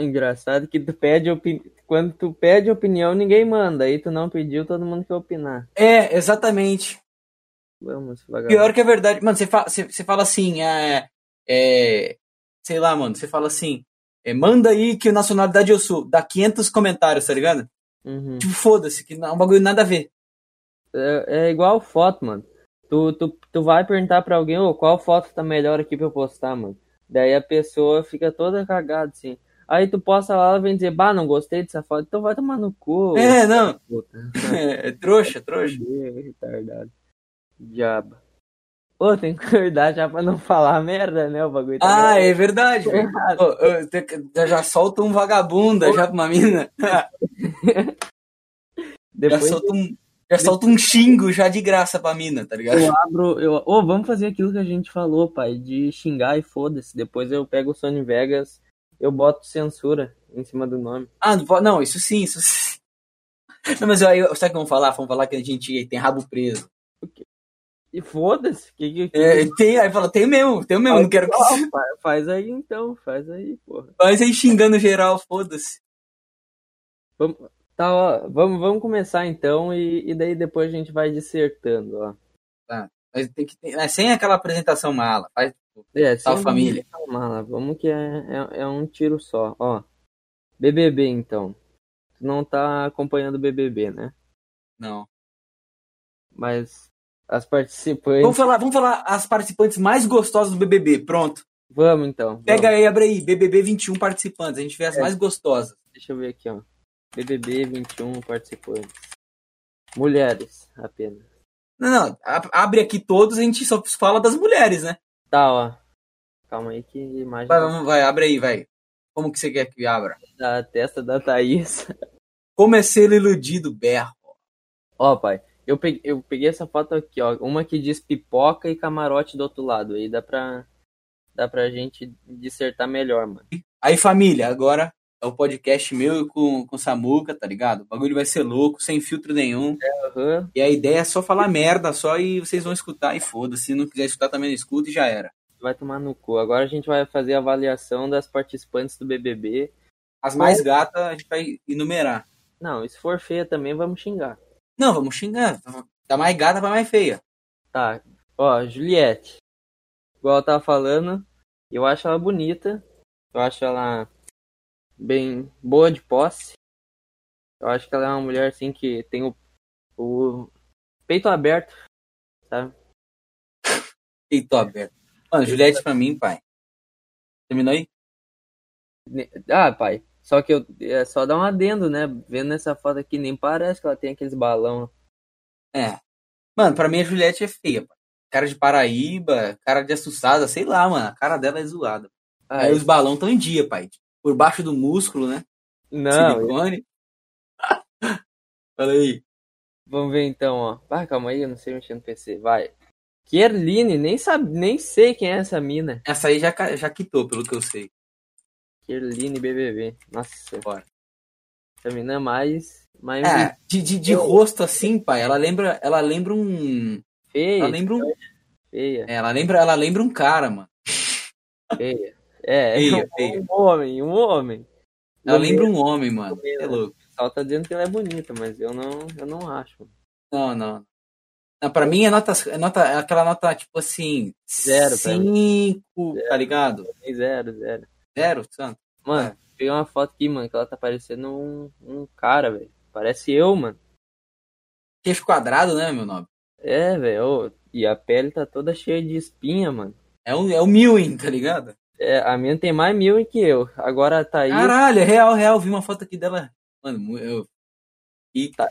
engraçado que tu pede opinião. Quando tu pede opinião, ninguém manda. Aí tu não pediu, todo mundo quer opinar. É, exatamente. Vamos, vagabundo. Pior que a verdade. Mano, você fa- você- você fala assim, é, é, Sei lá, mano, você fala assim. é, manda aí que o Nacionalidade eu sou. Dá 500 comentários, tá ligado? Uhum. Tipo, foda-se, que não é um bagulho nada a ver. É, é igual foto, mano. Tu, tu, tu vai perguntar pra alguém, ô, qual foto tá melhor aqui pra eu postar, mano. Daí a pessoa fica toda cagada, assim. Aí tu posta lá, ela vem dizer, bah, não gostei dessa foto, então vai tomar no cu. É, não. Puta, É, trouxa, trouxa. retardado. Diabo. Ô, tem que cuidar já pra não falar merda, né, o bagulho. tá Ah, meio é verdade. errado. Ô, ô, te- já- já solta um vagabunda já pra uma mina. Já Depois solta um, já solta um xingo já de graça pra mina, tá ligado? eu abro, eu... Ô, vamos fazer aquilo que a gente falou, pai, de xingar e foda-se. Depois eu pego o Sony Vegas, eu boto censura em cima do nome. Ah, não, pode- não, isso sim, isso sim. Não, mas aí, sabe o que vamos falar? Vamos falar que a gente tem rabo preso. E foda-se, que, que, que... É, tem, aí fala, tem mesmo, tem mesmo, não quero que Ah, fa- Faz aí então, faz aí, porra. Mas aí xingando geral, foda-se. Tá, ó, vamos, vamos começar então e, e daí depois a gente vai dissertando, ó. Mas tem que ter, né, sem aquela apresentação mala. Faz, É, Salve, sem Tá, família. Calma, vamos que é, é, é um tiro só, ó. BBB então. Tu não tá acompanhando o BBB, né? não. Mas as participantes. Vamos falar, vamos falar as participantes mais gostosas do BBB, pronto. Vamos então. Pega vamos. aí, abre aí, BBB 21 participantes, a gente vê as É. mais gostosas. Deixa eu ver aqui, ó. BBB 21 participantes. um, Mulheres apenas. Não, não, a- abre aqui todos, a gente só fala das mulheres, né? Tá, ó. Calma aí que imagem Vai, vamos, vai, abre aí, vai. Como que você quer que abra? da testa da Thaís. Como é ser iludido, berro. Ó, pai, eu peguei, eu peguei essa foto aqui, ó. Uma que diz pipoca e camarote do outro lado. Aí dá pra, dá pra gente dissertar melhor, mano. Aí, família, agora é o podcast meu e com, com o Samuca, tá ligado? O bagulho vai ser louco, sem filtro nenhum. Aham. E a ideia é só falar merda só e vocês vão escutar e foda-se. Se não quiser escutar, também não escuta e já era. Vai tomar no cu. Agora a gente vai fazer a avaliação das participantes do BBB. As mais gatas a gente vai enumerar. Não, e se for feia também, vamos xingar. Não, vamos xingar. Da mais gata pra mais feia. Tá, ó, Juliette. Igual eu tava falando, eu acho ela bonita. Eu acho ela bem boa de posse. Eu acho que ela é uma mulher assim que tem o, o peito aberto. Eita, aberto. Mano, Juliette pra mim, pai. Terminou aí? Ne- Ah, pai, só que eu é só dar um adendo, né? Vendo essa foto aqui, nem parece que ela tem aqueles balão. É. Mano, pra mim a Juliette é feia, pai. Cara de Paraíba, cara de assustada, sei lá, mano. A cara dela é zoada. Ah, Aí os balão estão em dia, pai. Por baixo do músculo, né? não, Silicone. Fala aí. vamos ver então, ó. Ah, calma aí, eu não sei mexer no PC. Vai. Kierline, nem sabe, nem sei quem é essa mina. Essa aí já, ca- já quitou, pelo que eu sei. Kierline BBB. Nossa, Bora. essa mina é mais, mais É, de, de, de Eu- rosto assim, pai, ela lembra, ela lembra um. feia, Ela lembra um. feia, é, Ela lembra, ela lembra um cara, mano. feia. É, é Feia, um, feia. um homem, um homem. Ela O lembra um homem, mano. Gomez, É né? louco. pessoal tá dizendo que ela é bonita, mas eu não, eu não acho. Não, não. não pra mim é nota, é nota. é aquela nota, tipo assim. Zero pra Cinco, tá ligado? Tem Zero, zero. Zero, santo. Mano, É. peguei uma foto aqui, mano, que ela tá parecendo um, um cara, velho. Parece eu, mano. Queixo quadrado, né, meu nome? É, velho. ô, E a pele tá toda cheia de espinha, mano. É o, é o Mewing, tá ligado? É, a minha tem mais mil que eu. Agora tá aí. Caralho, é real, real. Vi uma foto aqui dela. Mano, mu- eu. E Tá.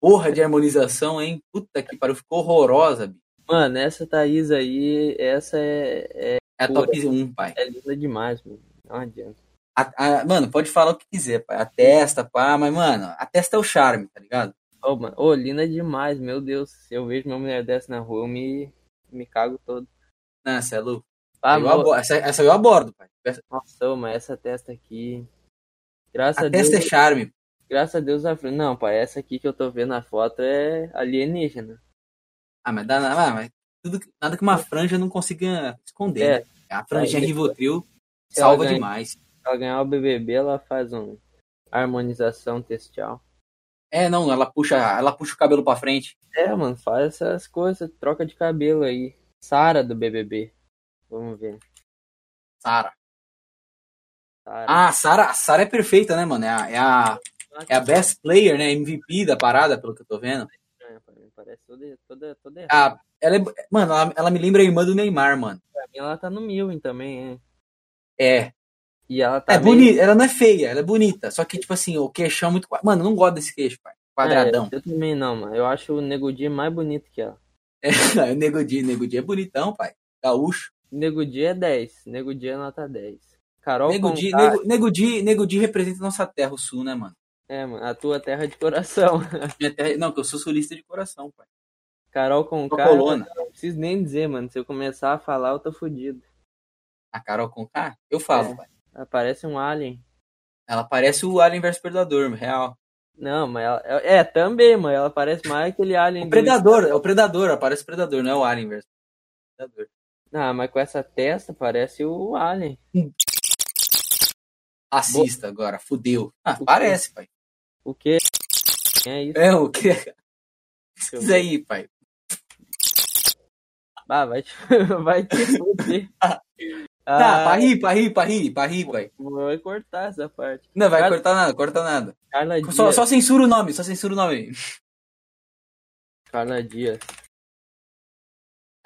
porra de harmonização, hein? Puta que pariu, ficou horrorosa, bicho. Mano, essa Thaís aí, essa é, É a Pura. top 1, pai. é linda demais, mano. Não adianta. A- a- mano, pode falar o que quiser, pai. A testa, pá, mas, mano, a testa é o charme, tá ligado? Ô, mano, ô, linda demais, meu Deus. Se eu vejo uma mulher dessa na rua, eu me, me cago todo. Não, você é louco. Ah, Eu abo- mano, essa, essa eu abordo, pai. Essa- nossa, ô, mas essa testa aqui. Graças A a Deus. testa é charme. Graças a Deus a Fran- Não, pai, essa aqui que eu tô vendo a foto é alienígena. Ah, mas, dá, ah, mas tudo, que- nada que uma franja não consiga esconder. É. né? A franjinha Aí- Rivotril Ela salva ganha. demais. se ela ganhar o BBB, ela faz uma harmonização textual. É, não, ela puxa, ela puxa o cabelo pra frente. É, mano, faz essas coisas, troca de cabelo aí. Sara do BBB. Vamos ver. Sara. Sara. Ah, a Sara, a Sara é perfeita, né, mano? É a, é a, é a best player, né? MVP da parada, pelo que eu tô vendo. É, pra mim Parece toda, toda, toda errada. A, ela é, mano, ela, ela me lembra a irmã do Neymar, mano. Pra mim ela tá no Milwin também, é. É. E ela tá é bem- bonita, ela não é feia, ela é bonita. Só que, tipo assim, o queixão é muito. qua- Mano, eu não gosto desse queixo, pai. Quadradão. É, eu também não, mano. Eu acho o Nego Di mais bonito que ela. É, o Nego Di, o Nego Di é bonitão, pai. Gaúcho. Nego Di é 10. Nego Di é nota 10. Carol Nego Di, Conká- Nego, Nego Di, Nego Di representa nossa terra, o sul, né, mano? É, mano, a tua terra de coração. Minha terra, é, não, que eu sou sulista de coração, pai. Carol Sou Conká, eu colona. não preciso nem dizer, mano. Se eu começar a falar, eu tô fudido. A Carol Conká, eu falo, É. pai. Ela parece um alien. Ela parece o Alien vs Predador, real. Não, mas ela... É, também, mano. Ela parece mais aquele alien... O do- Predador, é o Predador, ela parece o Predador, não é o Alien vs Predador. Ah, mas com essa testa parece o alien. Assista agora, fudeu. Ah, quê? parece, pai. O quê? É isso. É o que? seu- Isso aí, pai. Ah, vai te, vai te fuder. Tá, Ah, parri, parri, parri, parri, pai. Vai cortar essa parte. Não, vai Cara- cortar nada, corta nada. Carla Dias. Só, só censura o nome, só censura o nome. Carla Dias.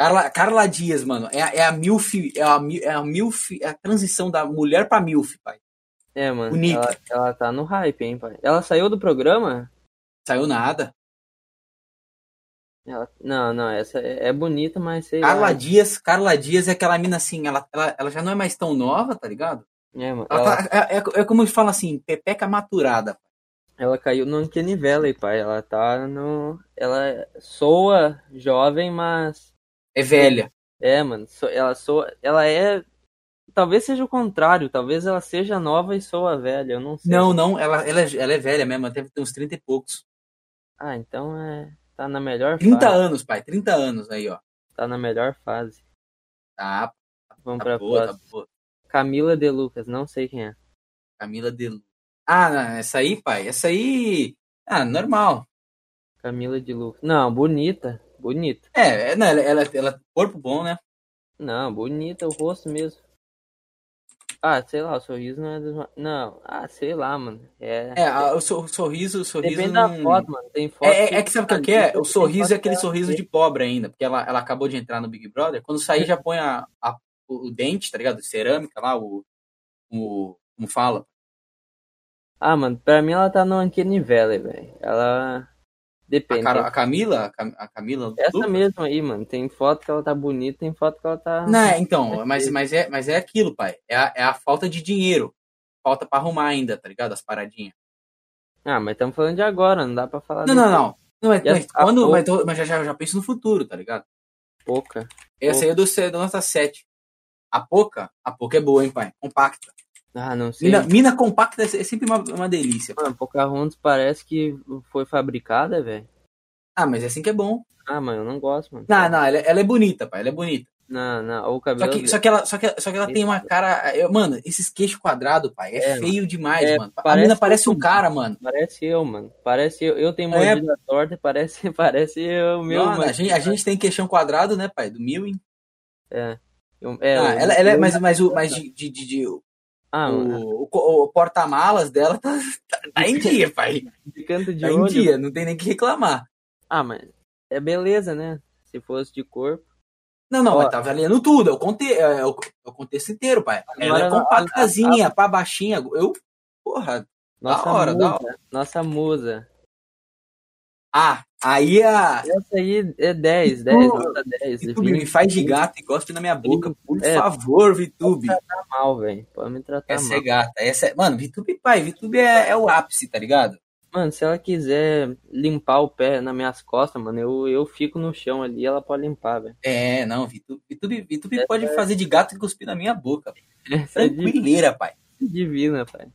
Carla, Carla Dias, mano, é, a- é a Milf, é a, Mi- é a Milf, é a transição da mulher pra Milf, pai. É, mano. Bonita. Ela, ela tá no hype, hein, pai. Ela saiu do programa? Saiu nada. Ela- Não, não, essa é, é bonita, mas sei Carla lá. Dias, Carla Dias é aquela mina assim, ela, ela, ela já não é mais tão nova, tá ligado? É, mano. Ela Ela, tá- é, é- é como fala assim, pepeca maturada. ela caiu no Uncanny Valley, pai. Ela tá no. Ela soa jovem, mas. É velha. É, mano. so- Ela soa. Ela é. Talvez seja o contrário. Talvez ela seja nova e soa velha. Eu não sei. Não, não, ela, ela, é- ela é velha mesmo, ela deve ter uns 30 e poucos. Ah, então é. Tá na melhor 30 fase. anos, pai, 30 anos aí, ó. Tá na melhor fase. Tá, Vamos tá pra boa, tá próxima. boa. Camila De Lucas, não sei quem é. Camila de Lu. Ah, não, essa aí, pai, essa aí. Ah, normal. Camila de Lucas. Não, bonita. Bonita. É, é, não, ela, ela, ela- corpo bom, né? Não, bonita o rosto mesmo. Ah, sei lá, o sorriso não é dos. ma- Não, ah, sei lá, mano. É. É, a- o, sor- o sorriso, o sorriso. Depende não- da foto, mano. Tem foto. É, é- é que sabe o que é? O sorriso é aquele Tem foto sorriso de pobre ainda, porque ela, ela acabou de entrar no Big Brother. Quando sair, já põe a, a- o, o dente, tá ligado? De cerâmica lá, o, o. Como fala? Ah, mano, pra mim ela tá no Uncanny Valley, velho. Ela. A, Depende. Ah, é Cara- a Camila? A Cam- a Camila. Essa Lucas? mesmo aí, mano. Tem foto que ela tá bonita, tem foto que ela tá. Não, é, então, mas, mas, é, mas é aquilo, pai. É a, é a falta de dinheiro. Falta pra arrumar ainda, tá ligado? As paradinhas. Ah, mas estamos falando de agora, não dá pra falar Não, de não, não. Não, mas, Tá E a- mas a quando, pouco- mas, tô- mas já, já, já penso no futuro, tá ligado? pouca. Essa aí é do, ce- da nossa sete. A pouca? A pouca é boa, hein, pai? Compacta. Ah, não sei. Mina, mina compacta é sempre uma, uma delícia. Mano, Pocahontas parece que foi fabricada, velho. Ah, mas é assim que é bom. Ah, mano, eu não gosto, mano. Não, não, ela, ela é bonita, pai. Ela é bonita. Não, não, o Só cabelo. que, só que ela, só que, só que ela tem uma cara. eu- mano, esses queixos quadrados, pai, é, É, feio demais, É, mano. A parece- mina parece um cara, mano. Parece eu, mano. Parece eu. Eu tenho É. mordida torta e parece, parece eu, meu, Mano, mano. a, gente, a gente tem queixão quadrado, né, pai? Do Milwin. É. Eu- é, Ah, eu- ela, ela é, mas, mas, o, mas de, de- de- de- o, Ah, mano, o- o porta-malas dela tá, tá, tá em dia, pai. de canto de Tá em olho. dia, não tem nem que reclamar. Ah, mas é beleza, né? Se fosse de corpo. Não, não, Ó. mas tá valendo tudo. É o, conte, é, o, é o contexto inteiro, pai. Ela é Agora, compactazinha, pra baixinha. Eu, porra. Nossa hora, musa. da Nossa musa. Ah, aí a. Essa aí é 10, 10, Vitube. nota 10. YouTube me faz de gato e gosta na minha boca. Por É. favor, VTube. tá mal, velho. Pode me tratar Essa mal. é gata. Essa é... Mano, VTube, pai, VTube é, é o ápice, tá ligado? Mano, se ela quiser limpar o pé nas minhas costas, mano, eu, eu fico no chão ali e ela pode limpar, velho. É, não, VTube, VTube, VTube Essa é pode fazer de gato e cuspir na minha boca. Essa é di- Tranquileira, pai. divina, pai.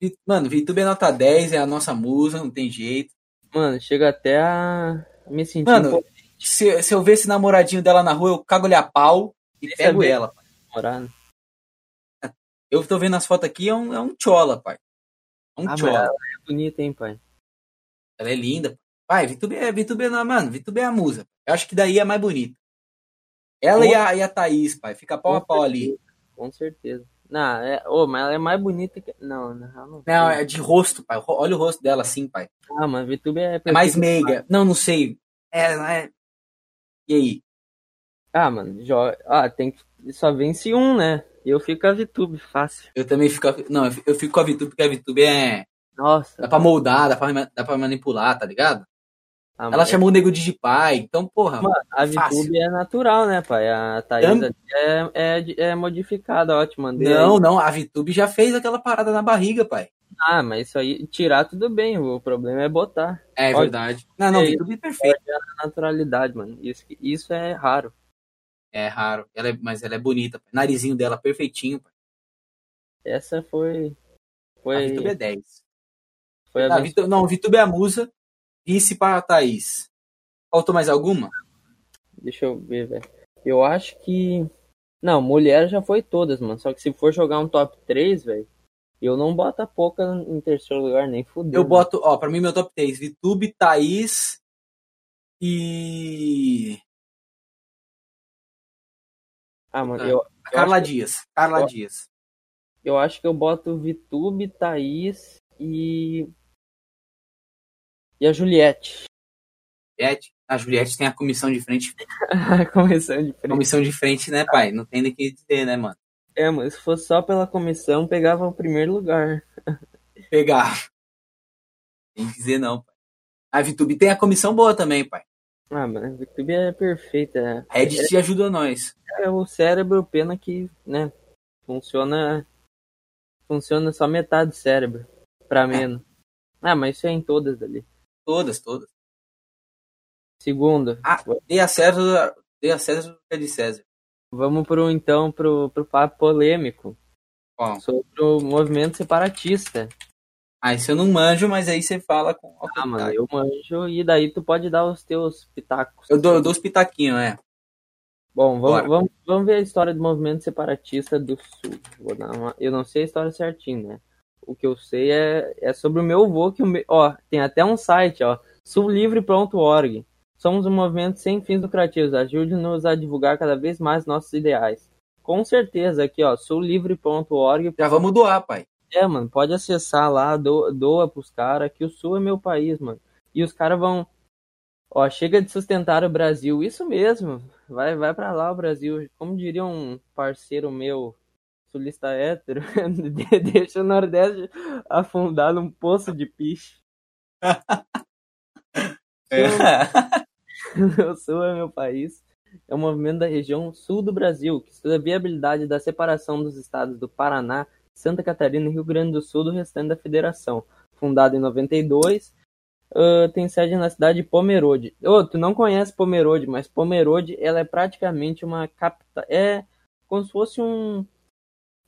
Vi- Mano, VTube é nota 10, é a nossa musa, não tem jeito. Mano, chega até a me sentir. Mano, um pouco Se, se eu ver esse namoradinho dela na rua, eu cago-lhe a pau e Esse é pego bem- ela. namorado. Eu tô vendo as fotos aqui, é um, é um tchola, pai. É um Ah, mas tchola. ela é bonita, hein, pai? Ela é linda. Pai, Vitube é, Vitube é, não, mano, Vitube é a musa. Eu acho que daí é a mais bonita. Ela e a, e a Thaís, pai, fica pau a pau ali. Com certeza. Não, é... Ô, mas ela é mais bonita que... Não, na real não. Não, é de rosto, pai. Ro- Olha o rosto dela assim, pai. Ah, mas VTube é... É mais meiga. Não, não sei. É, não é. E aí? Ah, mano, jo... ah, tem que... só vence um, né? Eu fico com a VTube, fácil. Eu também fico. Não, eu fico- eu fico com a Vitube, porque a Vitube é. Dá Nossa. pra moldar, dá pra, ma- dá pra manipular, tá ligado? ah, Ela mano, chamou o nego de pai, então, porra. Mano, a fácil. VTube é natural, né, pai? A Thaís Tam- ali é, é, é modificada, ótimo. Andei Não, não, a Vitube já fez aquela parada na barriga, pai. Ah, mas isso aí, tirar tudo bem, o problema é botar. É Olha. verdade. Não, não, É Vitube é perfeita. A naturalidade, mano. Isso, que- isso é raro. É raro. Ela é- mas ela é bonita. pai. Narizinho dela perfeitinho, pai. Essa foi. A Foi. Vitube é 10. foi Ah, a Vitu- não, Vitube é a musa. Vice para a Thaís. Faltou mais alguma? Deixa eu ver, velho. Eu acho que. Não, mulher já foi todas, mano. Só que se for jogar um top 3, velho, eu não boto a pouca em terceiro lugar, nem fudeu. Eu boto, ó, pra mim meu top 3. Vitube, Thaís e. Ah, mano, Ah. eu, a Carla acho Dias. Carla Eu- Dias. eu acho que eu boto Vitube, Thaís e. E a Juliette. Juliette. A Juliette tem a comissão de frente. Começando de frente. Comissão de frente, né, pai? Não tem nem o que dizer, né, mano? É, mano, se fosse só pela comissão, pegava o primeiro lugar. Pegar. Tem que dizer não, pai. A Vitube tem a comissão boa também, pai. Ah, mano, o YouTube é perfeito. É, A Reddit ajuda nós. é o cérebro, pena que, né, funciona funciona só metade do cérebro, pra menos. Ah, mas isso é em todas ali. Todas, todas. Segundo, Ah, dei a César. Dei a César o que é de César. vamos pro, então, pro, pro papo polêmico Ó, sobre o movimento separatista. aí se eu não manjo, mas aí você fala com. Ah, mano, Tá. eu manjo e daí tu pode dar os teus pitacos. Eu dou, eu dou os pitaquinhos, né? Bom, Bora. vamos, vamos, vamos ver a história do movimento separatista do Sul. Vou dar uma... Eu não sei a história certinha, né? O que eu sei é, é sobre o meu avô, que o meu... ó, tem até um site, ó, sullivre.org. Somos um movimento sem fins lucrativos, ajude-nos a divulgar cada vez mais nossos ideais. Com certeza aqui, ó, sullivre.org. Já vamos doar, pai. É, mano, pode acessar lá, do, doa pros caras, que o Sul é meu país, mano. E os caras vão, ó, chega de sustentar o Brasil, isso mesmo. Vai, vai pra lá o Brasil. Como diria um parceiro meu, sulista hétero, de- deixa o Nordeste afundar num poço de piche. O Sul é meu país. É um movimento da região sul do Brasil que estuda a viabilidade da separação dos estados do Paraná, Santa Catarina e Rio Grande do Sul do restante da federação. Fundado em 92, ah, tem sede na cidade de Pomerode. Ô, tu não conhece Pomerode, mas Pomerode ela é praticamente uma capital. É como se fosse um,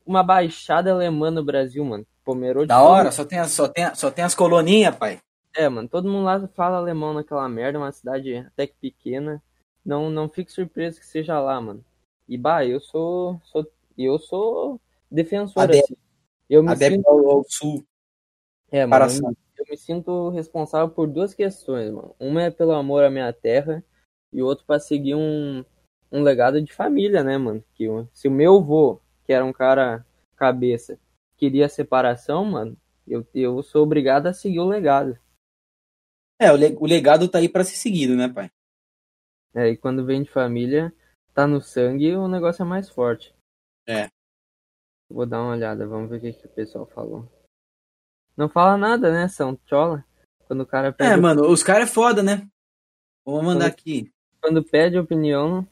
uma baixada alemã no Brasil, mano. Pomerode. da todo- hora, só tem, as- só tem, só tem as coloninhas, pai. é, mano, todo mundo lá fala alemão naquela merda, uma cidade até que pequena. Não, não fique surpreso que seja lá, mano. E bah, eu sou, sou eu sou defensor Adepto. assim. Eu me Adepto sinto, ao, ao é sul. é, mano, eu me- Paração. eu me sinto responsável por duas questões, mano. Uma é pelo amor à minha terra e outro pra seguir um, um legado de família, né, mano? Que o- se o meu avô, que era um cara cabeça, queria separação, mano, eu, eu sou obrigado a seguir o legado. É, o, le- o legado tá aí pra ser seguido, né, pai? É, e quando vem de família, tá no sangue, o negócio é mais forte. É. Vou dar uma olhada, vamos ver o que, que o pessoal falou. Não fala nada, né, São Chola? Quando o cara pede, É, mano, os caras é foda, né? Vamos mandar Quando- aqui. quando pede opinião.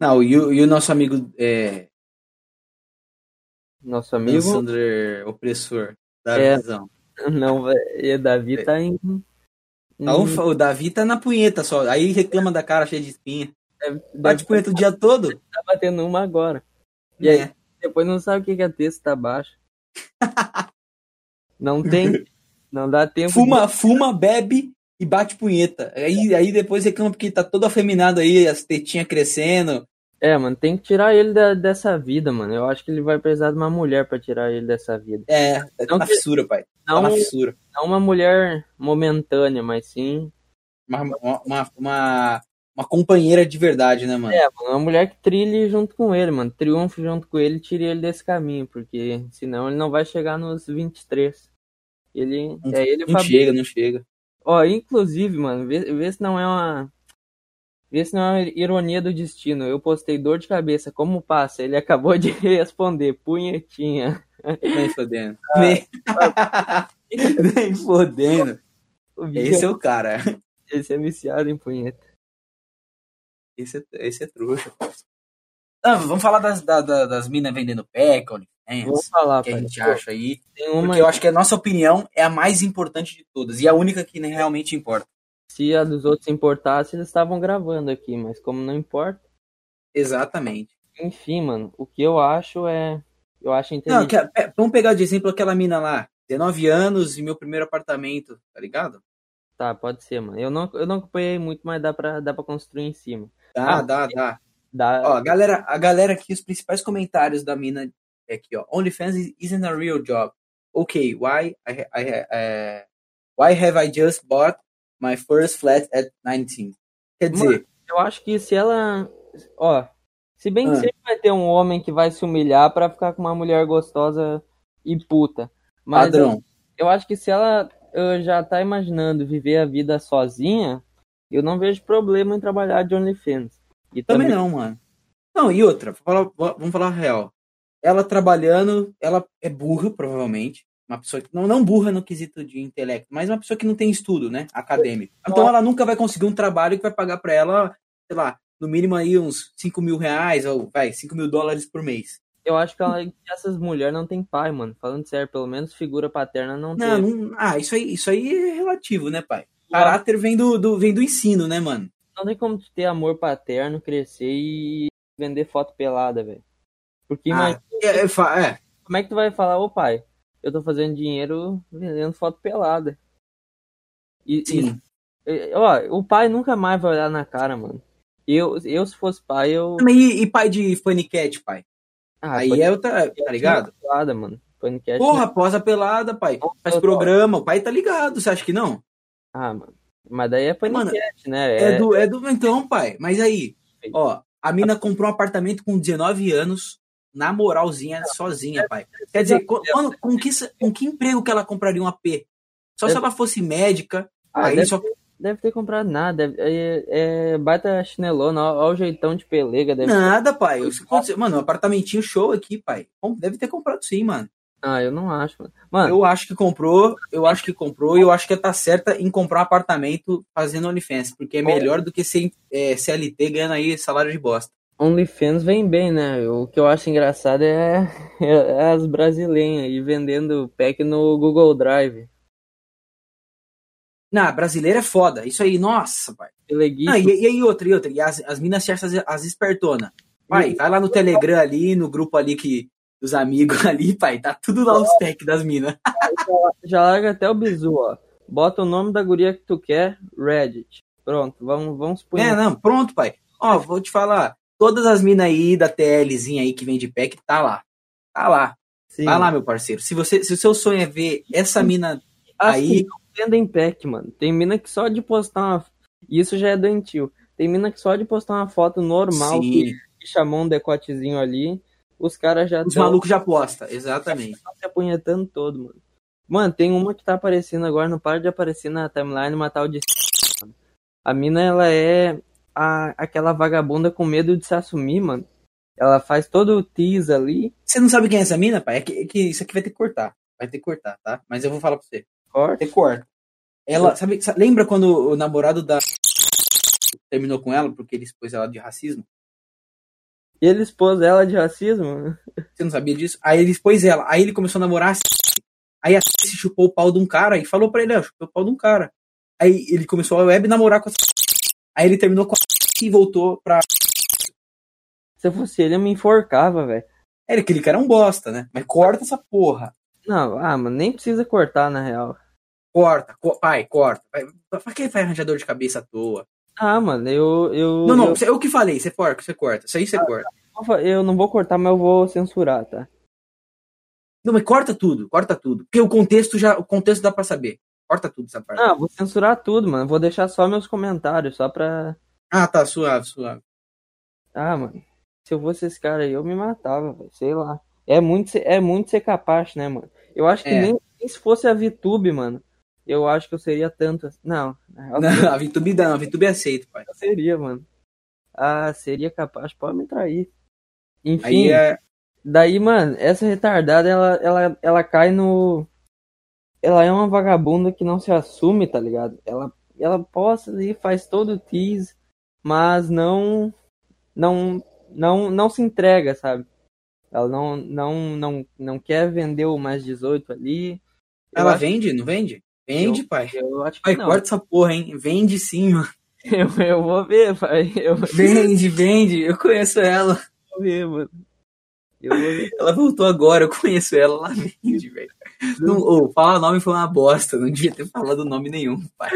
Não, e o, e o nosso amigo é, Nosso amigo. Alexander Opressor, da É. visão. Não, vai- e Davi tá em. Tá É. um fa- o Davi tá na punheta só. Aí reclama da cara cheia de espinha. Deve, Bate deve punheta o dia todo. tá batendo uma agora. E aí? É. Depois não sabe o que que é texto tá baixo. Não tem. Não dá tempo. Fuma, fuma, bebe e bate punheta. Aí, aí depois reclama porque tá todo afeminado aí, as tetinhas crescendo. de- É, mano, tem que tirar ele da- dessa vida, mano. Eu acho que ele vai precisar de uma mulher pra tirar ele dessa vida. É, tá Não na que- fissura, pai. Tá Não, na fissura. não uma mulher momentânea, mas sim. Uma, uma, uma, uma- uma companheira de verdade, né, mano? É, mano, uma mulher que trilhe junto com ele, mano. Triunfe junto com ele e tire ele desse caminho, porque senão ele não vai chegar nos 23. Ele. Não- é ele o não Fabrício. chega, não chega. Ó, inclusive, mano, vê, vê se não é uma. Vê se não é uma ironia do destino. Eu postei dor de cabeça, como passa? Ele acabou de responder, punhetinha. Nem fodendo. Nem, nem fodendo. O Esse vídeo é o cara. esse é viciado em punheta. Esse é, esse é trouxa. Ah, vamos falar das, da- da- das minas vendendo pack, Vou OnlyFans, falar, o que a pai. gente acha aí. Tem uma. Porque eu acho que a nossa opinião é a mais importante de todas e a única que né, realmente importa. Se a dos outros importasse, eles estavam gravando aqui, mas como não importa. Exatamente. Enfim, mano, o que eu acho é. Eu acho Não, inteligente. que a- pe- vamos pegar de exemplo aquela mina lá, 19 anos e meu primeiro apartamento, tá ligado? Tá, pode ser, mano. Eu não, eu não acompanhei muito, mas dá pra, dá pra construir em cima. Dá, Ah, dá, dá. Dá, Ó, a galera, a galera aqui, os principais comentários da mina é aqui, ó. OnlyFans is- isn't a real job. Ok, why I, ha- I, ha- eh, why have I just bought my first flat at 19? Quer dizer, Eu acho que se ela. Ó, se bem que Ah. sempre vai ter um homem que vai se humilhar pra ficar com uma mulher gostosa e puta. Mas padrão. eu acho que se ela ah, já tá imaginando viver a vida sozinha, eu não vejo problema em trabalhar de OnlyFans. E Também não, mano. Não, e outra, vou falar- vou- vamos falar a real. Ela trabalhando, ela é burra, provavelmente. Uma pessoa que. Não, não burra no quesito de intelecto, mas uma pessoa que não tem estudo, né? Acadêmico. Então ela nunca vai conseguir um trabalho que vai pagar pra ela, sei lá, no mínimo aí uns 5 mil reais, ou vai, 5 mil dólares por mês. Eu acho que ela- que essas mulheres não têm pai, mano. Falando sério, pelo menos figura paterna não, Não, teve. não- ah, isso aí, isso aí é relativo, né, pai? Caráter vem do, do- vem do ensino, né, mano? Não tem como tu ter amor paterno, crescer e vender foto pelada, velho. Porque imagina. Ah, é, é fa- é. Como é que tu vai falar, ô pai, eu tô fazendo dinheiro vendendo foto pelada? E, sim. e- e- ó, o pai nunca mais vai olhar na cara, mano. Eu, eu se fosse pai, eu. E, e pai de paniquete, pai? Ah, Aí podcast é outra, tá ligado? não é pelada, mano. é Podcast Porra, após a pelada, pai. não é Faz pelada. programa, o pai tá ligado, você acha que não? Ah, mano. Mas daí é Mano, podcast, né? É, É, do, é do então, pai. Mas aí, ó, a mina comprou um apartamento com 19 anos, na moralzinha, é sozinha, pai. Quer dizer, co- mano, com que, se- com que emprego que ela compraria um AP? Só se ela fosse médica, É. Ah, aí deve, só deve ter comprado nada. deve- é, é baita chinelona, ó, ó o jeitão de pelega. Deve... é. nada, pai. Isso aconteceu- Mano, um apartamentinho show aqui, pai. Bom, Deve ter comprado sim, mano. Ah, eu não acho, mano. Mano, Eu acho que comprou, eu acho que comprou e eu acho que tá certa em comprar um apartamento fazendo OnlyFans, porque é melhor do que ser é, CLT ganhando aí salário de bosta. OnlyFans vem bem, né? O que eu acho engraçado é, é as brasileiras aí vendendo pack no Google Drive. Na brasileira é foda, isso aí, nossa, pai. Teleguia, Ah, e, e aí outra, e outra, e as, as minas se acham as, as espertona. Pai, Hum. vai lá no Telegram ali, no grupo ali que dos amigos ali, pai, tá tudo lá os tech das minas. já larga até o bizu, ó. Bota o nome da guria que tu quer, Reddit. Pronto, vamos, vamos pôr. É, não, pronto, pai. Ó, vou te falar, todas as minas aí da TLzinha aí que vem de pack, tá lá. Tá lá. Sim. Vai lá, meu parceiro. Se você, se o seu sonho é ver essa mina As Aí- que não vendem pack, mano. Tem mina que só de postar uma. Isso já é doentio. Tem mina que só de postar uma foto Sim, normal que, que chamou um decotezinho ali, os caras já os tão- malucos já aposta, exatamente. se apunhetando todo, mano. Mano, tem uma que tá aparecendo agora, não para de aparecer na timeline, uma tal de. mano. A mina, ela é a, aquela vagabunda com medo de se assumir, mano. Ela faz todo o tease ali, Você não sabe quem é essa mina, pai? É que, é que isso aqui vai ter que cortar. Vai ter que cortar, tá? Mas eu vou falar pra você. corta. Você corta. Ela, sabe, sa- lembra quando o namorado da terminou com ela porque ele expôs ela de racismo? E ele expôs ela de racismo, mano. Você não sabia disso? Aí ele expôs ela. Aí ele começou a namorar a Aí a se chupou o pau de um cara e falou pra ele, ó, eu chupei o pau de um cara. Aí ele começou a web namorar com a Aí ele terminou com a e voltou pra... Se eu fosse ele, eu me enforcava, velho. é Era aquele cara é um bosta, né? Mas corta essa porra. Não, ah, mano, nem precisa cortar, na real. Corta, co- pai, corta. Vai, pra que vai arranjar dor de cabeça à toa? Ah, mano, eu. eu Não, não, Eu, você- eu que falei, você corta, você corta. Isso aí você corta. não vou- eu não vou cortar, mas eu vou censurar, tá? Não, mas corta tudo, corta tudo. Porque o contexto já. O contexto dá pra saber. Corta tudo essa parte. Ah, vou censurar tudo, mano. Vou deixar só meus comentários, só pra. Ah, tá, suave, suave. Ah, mano. Se eu fosse esse cara aí, eu me matava, velho. Sei lá. É muito, ser- é muito ser capaz, né, mano? Eu acho que É. nem, nem se fosse a VTube, mano. Eu acho que eu seria tanto. assim- Não, na real, Não, a Vitube dá, a Vitube aceita, pai. eu seria, mano. Ah, seria capaz. Pode me trair. Enfim. Aí é. Daí, mano, essa retardada, ela, ela, ela cai no. Ela é uma vagabunda que não se assume, tá ligado? Ela, ela posta e faz todo o tease, mas não. Não. Não, não se entrega, sabe? Ela não, não, não, não quer vender o mais 18 ali. Eu Ela acho- vende, não vende? Vende, pai. Eu acho que Pai, não. corta essa porra, hein? Vende sim, mano. Eu, eu vou ver, pai. Eu vou Vende, vende. Eu conheço ela. ver, mano. Eu vou ver. Ela voltou agora, eu conheço ela. Ela vende, velho. Não, ô, falar o nome foi uma bosta. Não devia ter falado nome nenhum, pai.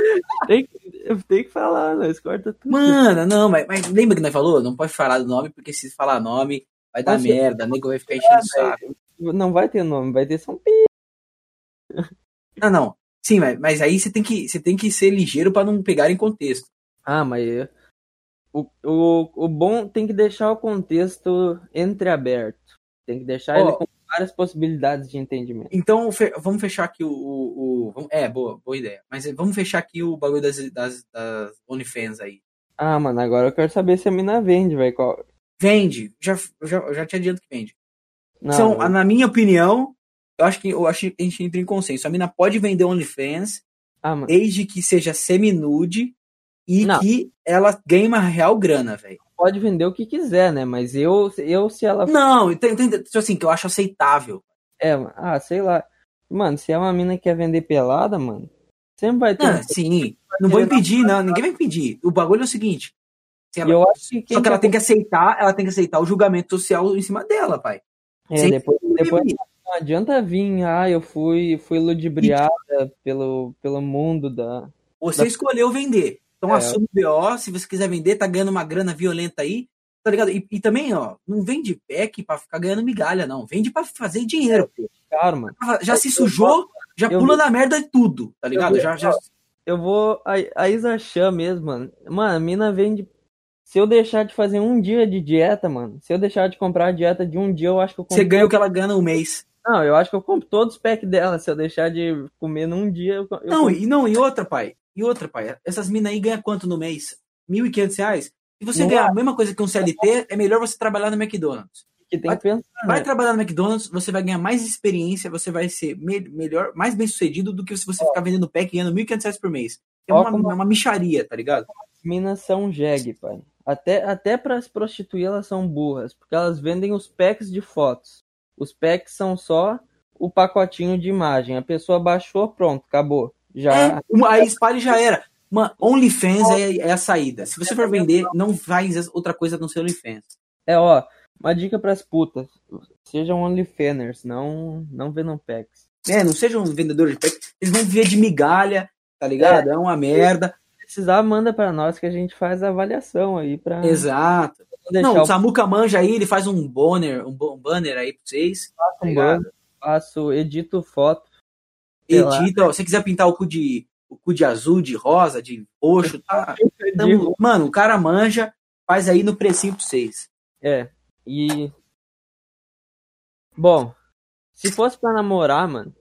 Tem que, eu tenho que falar, nós corta tudo. Mano, não, mas, mas lembra que nós falou? Não pode falar do nome, porque se falar nome, vai dar Mas se- merda. O nego vai ficar enchendo o velho. saco. Não vai ter nome, vai ter São Pedro. Não, não. Sim, mas, mas aí você tem que, você tem que ser ligeiro pra não pegar em contexto. Ah, mas eu- o, o, o bom tem que deixar o contexto entreaberto. Tem que deixar ele Ó. com várias possibilidades de entendimento. Então, fe- vamos fechar aqui o, o- o- vamos- É, boa, boa ideia. Mas vamos fechar aqui o bagulho das, das, das OnlyFans aí. Ah, mano, agora eu quero saber se a mina vende, velho. Qual... Vende. Já, já, eu já te adianto que vende. Não, São, eu- na minha opinião, eu acho que eu acho que a gente entra em consenso. A mina pode vender OnlyFans ah, mano, desde que seja semi-nude e Não. que ela ganhe uma real grana, velho. pode vender o que quiser, né? Mas eu, eu se ela. Não, entende? Assim, que eu acho aceitável. É, mano, ah, sei lá. Mano, se é uma mina que quer vender pelada, mano, sempre vai ter. Ah, sim. Não vou impedir, não. Ninguém vai impedir. O bagulho é o seguinte. se E ela- eu acho que. quem Só que ela tem que aceitar, ela tem que aceitar o julgamento social em cima dela, pai. É, sempre- depois, depois não adianta vir, ah, eu fui, fui ludibriada pelo, pelo mundo da. Você escolheu vender. Então É. assume o BO, se você quiser vender, tá ganhando uma grana violenta aí, tá ligado? E, e também, ó, não vende pack pra ficar ganhando migalha, não. Vende pra fazer dinheiro, pô. Cara, mano. Já se sujou, já Eu pula vi- na merda de tudo, tá ligado? vi- Já, já... Eu vou. A, a Isa Chan mesmo, mano. Mano, a mina vende. Se eu deixar de fazer um dia de dieta, mano. Se eu deixar de comprar a dieta de um dia, eu acho que eu compro. Você ganha o que ela ganha no mês. Não, eu acho que eu compro todos os packs dela. Se eu deixar de comer num dia, eu, co- eu Não, compro. e não, e outra, pai. E outra, pai. Essas minas aí ganham quanto no mês? R$ 1.500 reais? Se você Não ganhar a mesma coisa que um CLT, é melhor você trabalhar no McDonald's. que tem que pensar. Vai Né? trabalhar no McDonald's, você vai ganhar mais experiência, você vai ser me- melhor, mais bem sucedido do que se você ficar vendendo pack ganhando R$ 1.500 reais por mês. É Ó, uma, como- é uma micharia, tá ligado? As minas são jegue, pai. Até, até pra se prostituir, elas são burras. Porque elas vendem os packs de fotos. Os packs são só o pacotinho de imagem. A pessoa baixou, pronto, acabou. Já. É, uma- aí espalha e já era. Uma OnlyFans é, é a saída. Se você for vender, não faz outra coisa a não ser OnlyFans. É, ó, uma dica pras putas. Sejam OnlyFanners, não, não vendam packs. É, não seja um vendedor de pack, eles vão viver de migalha, tá ligado? É uma merda. Se precisar, manda pra nós que a gente faz a avaliação aí pra Exato. deixar não, o o Samuca manja aí, ele faz um banner, um bo- um banner aí pra vocês. Tá passo, ligado. mano, faço, edito foto. Sei lá. Edita, ó, se você quiser pintar o cu de o cu de azul, de rosa, de roxo, tá? Então, digo, mano, o cara manja, faz aí no precinho pra vocês. É, e... Bom, se fosse pra namorar, mano,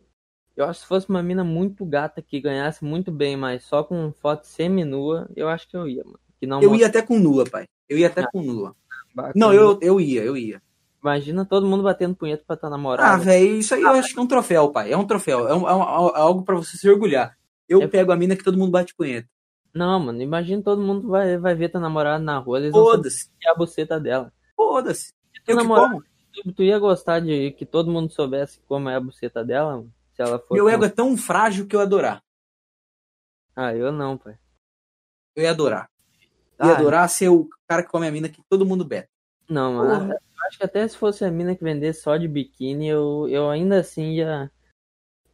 eu acho que se fosse uma mina muito gata que ganhasse muito bem, mas só com foto semi-nua, eu acho que eu ia, mano. Ah. Tá Que não Eu ia até com nua, pai. Eu ia até com nua. mostra- Não, eu, eu ia, eu ia. Imagina todo mundo batendo punheta pra tua Ah, namorada. velho, isso aí eu acho que é um troféu, pai. É um troféu. É, um- é um- é algo pra você se orgulhar. Eu É- pego a mina que todo mundo bate punheta. Não, mano, imagina todo mundo vai, vai ver tua namorada na rua, eles vão saber Foda-se, que é a buceta dela. foda-se. Eu que namorado- como? Tu, tu ia gostar de que todo mundo soubesse como é a buceta dela, mano? Se ela fosse. um- Meu ego é tão frágil que eu ia adorar. Ah, eu não, pai. Eu ia adorar. Eu ia Ah, adorar ser o cara que come a mina que todo mundo bebe. não, mano. Eu acho que até se fosse a mina que vendesse só de biquíni, eu, eu ainda assim ia,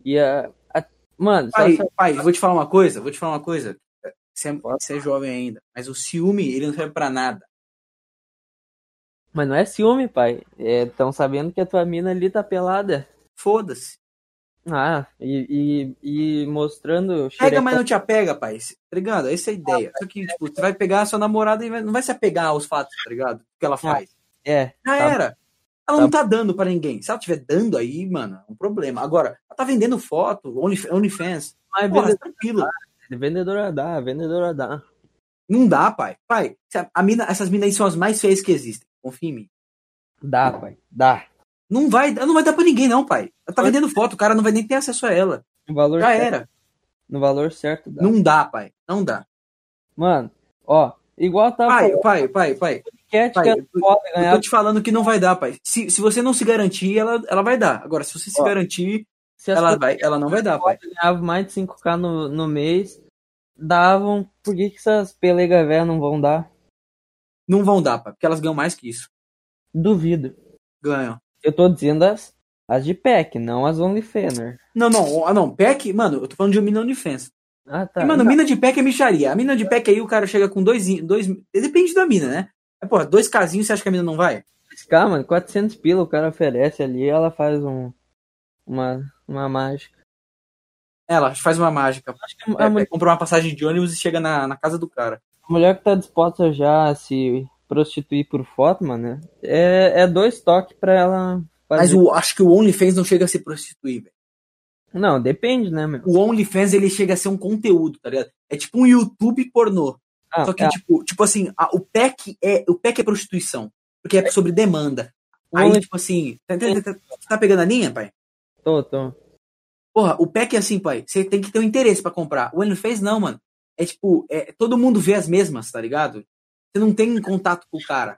E a. a- mano, só Pai, essa- pai, eu vou te falar uma coisa, vou te falar uma coisa. Você é, você é jovem ainda, mas o ciúme, ele não serve pra nada. Mas não é ciúme, pai. Estão sabendo que a tua mina ali tá pelada. Foda-se. Ah, e, e, e mostrando. o Pega, um xereco- mas não te apega, pai. Tá ligado? Essa é a ideia. Só que, tipo, você vai pegar a sua namorada e vai- não vai se apegar aos fatos, tá ligado? O que ela faz. É, Já tá. era. Ela não tá dando pra ninguém. Se ela estiver dando aí, mano, é um problema. Agora, ela tá vendendo foto, Only- OnlyFans. mas Porra, vende- tranquilo. vendedora dá, vendedora dá. Não dá, pai. Pai, se a- a mina- essas minas aí são as mais feias que existem. Confia em mim. Dá, pai. Dá. Não vai, não vai dar pra ninguém, não, pai. Ela tá vendendo foto, o cara não vai nem ter acesso a ela. No valor Já certo, era. No valor certo dá. Ah, é? Não dá, pai. Não dá. Mano, ó, igual tá Pai, pai, pai, pai. Cat pai, que é eu tô- ela pode Eu ganhar. tô te falando que não vai dar, pai. Se, se você não se garantir, ela, ela vai dar. Agora, se você se Ó. garantir, Se as ela, vai, ela não vai dar, pai. pessoas ganhavam mais de 5k no, no mês, davam. Por que, que essas pelegas velhas não vão dar? Não vão dar, pai. Porque elas ganham mais que isso. Duvido. Ganham. Eu tô dizendo as, as de PEC, não as OnlyFaner. Não, não, ah, não. PEC, mano, eu tô falando de mina OnlyFans. Ah, tá. E, mano, Não, mina de PEC é micharia. A mina de PEC aí, o cara chega com dois. in- dois depende da mina, né? Mas, porra, dois casinhos, você acha que a mina não vai? 10K, mano, 400 pila o cara oferece ali, ela faz um, uma, uma mágica. Ela faz uma mágica. Acho que a, É, mulher, compra uma passagem de ônibus e chega na, na casa do cara. a mulher que tá disposta já a se prostituir por foto, mano, é, é dois toques pra ela Mas fazer. o, acho que o OnlyFans não chega a se prostituir, velho. Não, depende, né, meu? O OnlyFans, ele chega a ser um conteúdo, tá ligado? É tipo um YouTube pornô. Ah, Só que, é, tipo, tipo assim, a- o PEC é o PEC é prostituição. Porque é sobre demanda. o Aí, Only- É. tipo assim, tá, tá- tá- tá- tá pegando a linha, pai? tô, tô. Porra, o PEC é assim, pai. Você tem que ter um interesse pra comprar. O OnlyFans não, mano. É tipo, é, todo mundo vê as mesmas, tá ligado? Você não tem contato com o cara.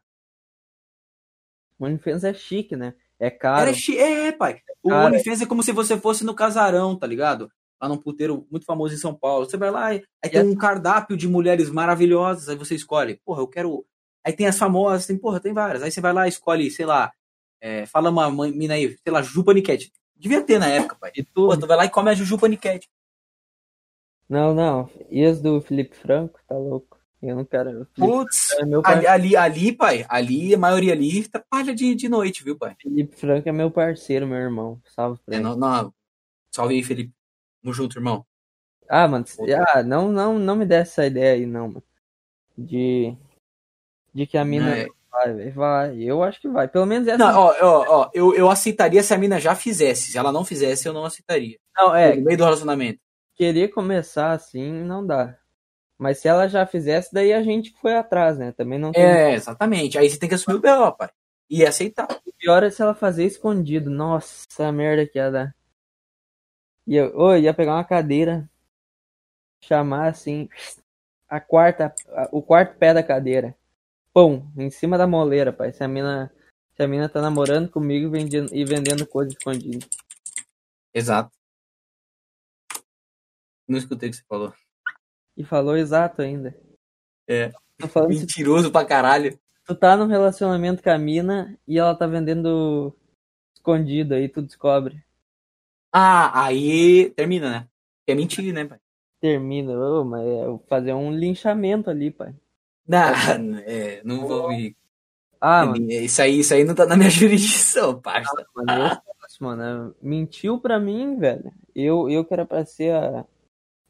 O OnlyFans é chique, né? É Era caro. chi- é, é, pai. O Cara. OnlyFans é como se você fosse no casarão, tá ligado? Lá num puteiro muito famoso em São Paulo. Você vai lá, e- aí tem um cardápio de mulheres maravilhosas, aí você escolhe, porra, eu quero. Aí tem as famosas, tem, porra, tem várias. Aí você vai lá e escolhe, sei lá, é, fala uma mãe- mina aí, sei lá, Juju Paniquete. Devia ter na época, pai. E Pô, tudo. tu vai lá e come a Juju Paniquete. Não, não. E as do Felipe Franco, tá louco. Eu não quero. o Felipe Putz, Franco é meu ali, parceiro. ali, ali, pai, ali, a maioria ali tá palha de, de noite, viu, pai? Felipe Franco é meu parceiro, meu irmão. Salve pra É, ele. não, não. Salve aí, Felipe. Tamo junto, irmão. Ah, mano, se- ah, não, não, não me dê essa ideia aí, não, mano. De. De que a mina É. vai, velho. Vai. Eu acho que vai. Pelo menos essa. Não, ó, ó, ó, eu, eu aceitaria se a mina já fizesse. Se ela não fizesse, eu não aceitaria. Não, É. é, No meio do relacionamento. querer começar assim, não dá. Mas se ela já fizesse, daí a gente que foi atrás, né? Também não tem. É, exatamente. Aí você tem que assumir o B.O., pai. E aceitar. O pior é se ela fazer escondido. Nossa, a merda que ia dar. E eu, ô, ia pegar uma cadeira, chamar assim, a quarta, a- o quarto pé da cadeira. Pum, em cima da moleira, pai. Se a mina, se a mina tá namorando comigo e vendendo, e vendendo coisa escondida. Exato. Não escutei o que você falou. E falou exato ainda. É. Tô falando se Mentiroso pra caralho. tu tá num relacionamento com a mina e ela tá vendendo escondido, aí tu descobre. Ah, aí termina, né? É mentir, né, pai? Termina, ô, mas é fazer um linchamento ali, pai. Não, é, não vou ir. Ah, mano. Isso aí, isso aí não tá na minha jurisdição, parça. Mano, eu faço, mano. é Mentiu pra mim, velho. Eu, eu que era pra ser a-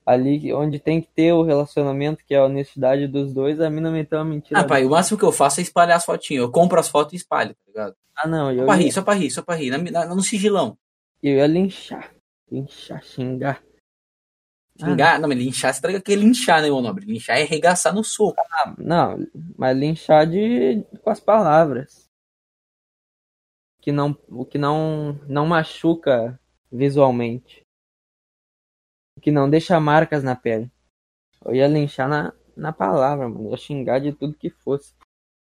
ali onde tem que ter o relacionamento, que é a honestidade dos dois, a mina meteu uma mentira. Ah, pai, o máximo que eu faço é espalhar as fotinhas. Eu compro as fotos e espalho, tá ligado? Ah, não, Só eu pra ia, rir, só pra rir, só pra rir. Na- na- no sigilão. eu ia linchar. Linchar, xingar. Ah, Xingar, não, mas linchar, você tá ligado que é linchar, né, meu nobre? Linchar é arregaçar no soco. Ah, não, mas linchar de, com as palavras. Que não, o que não, não machuca visualmente. O que não deixa marcas na pele. Eu ia linchar na, na palavra, mano. Eu ia xingar de tudo que fosse.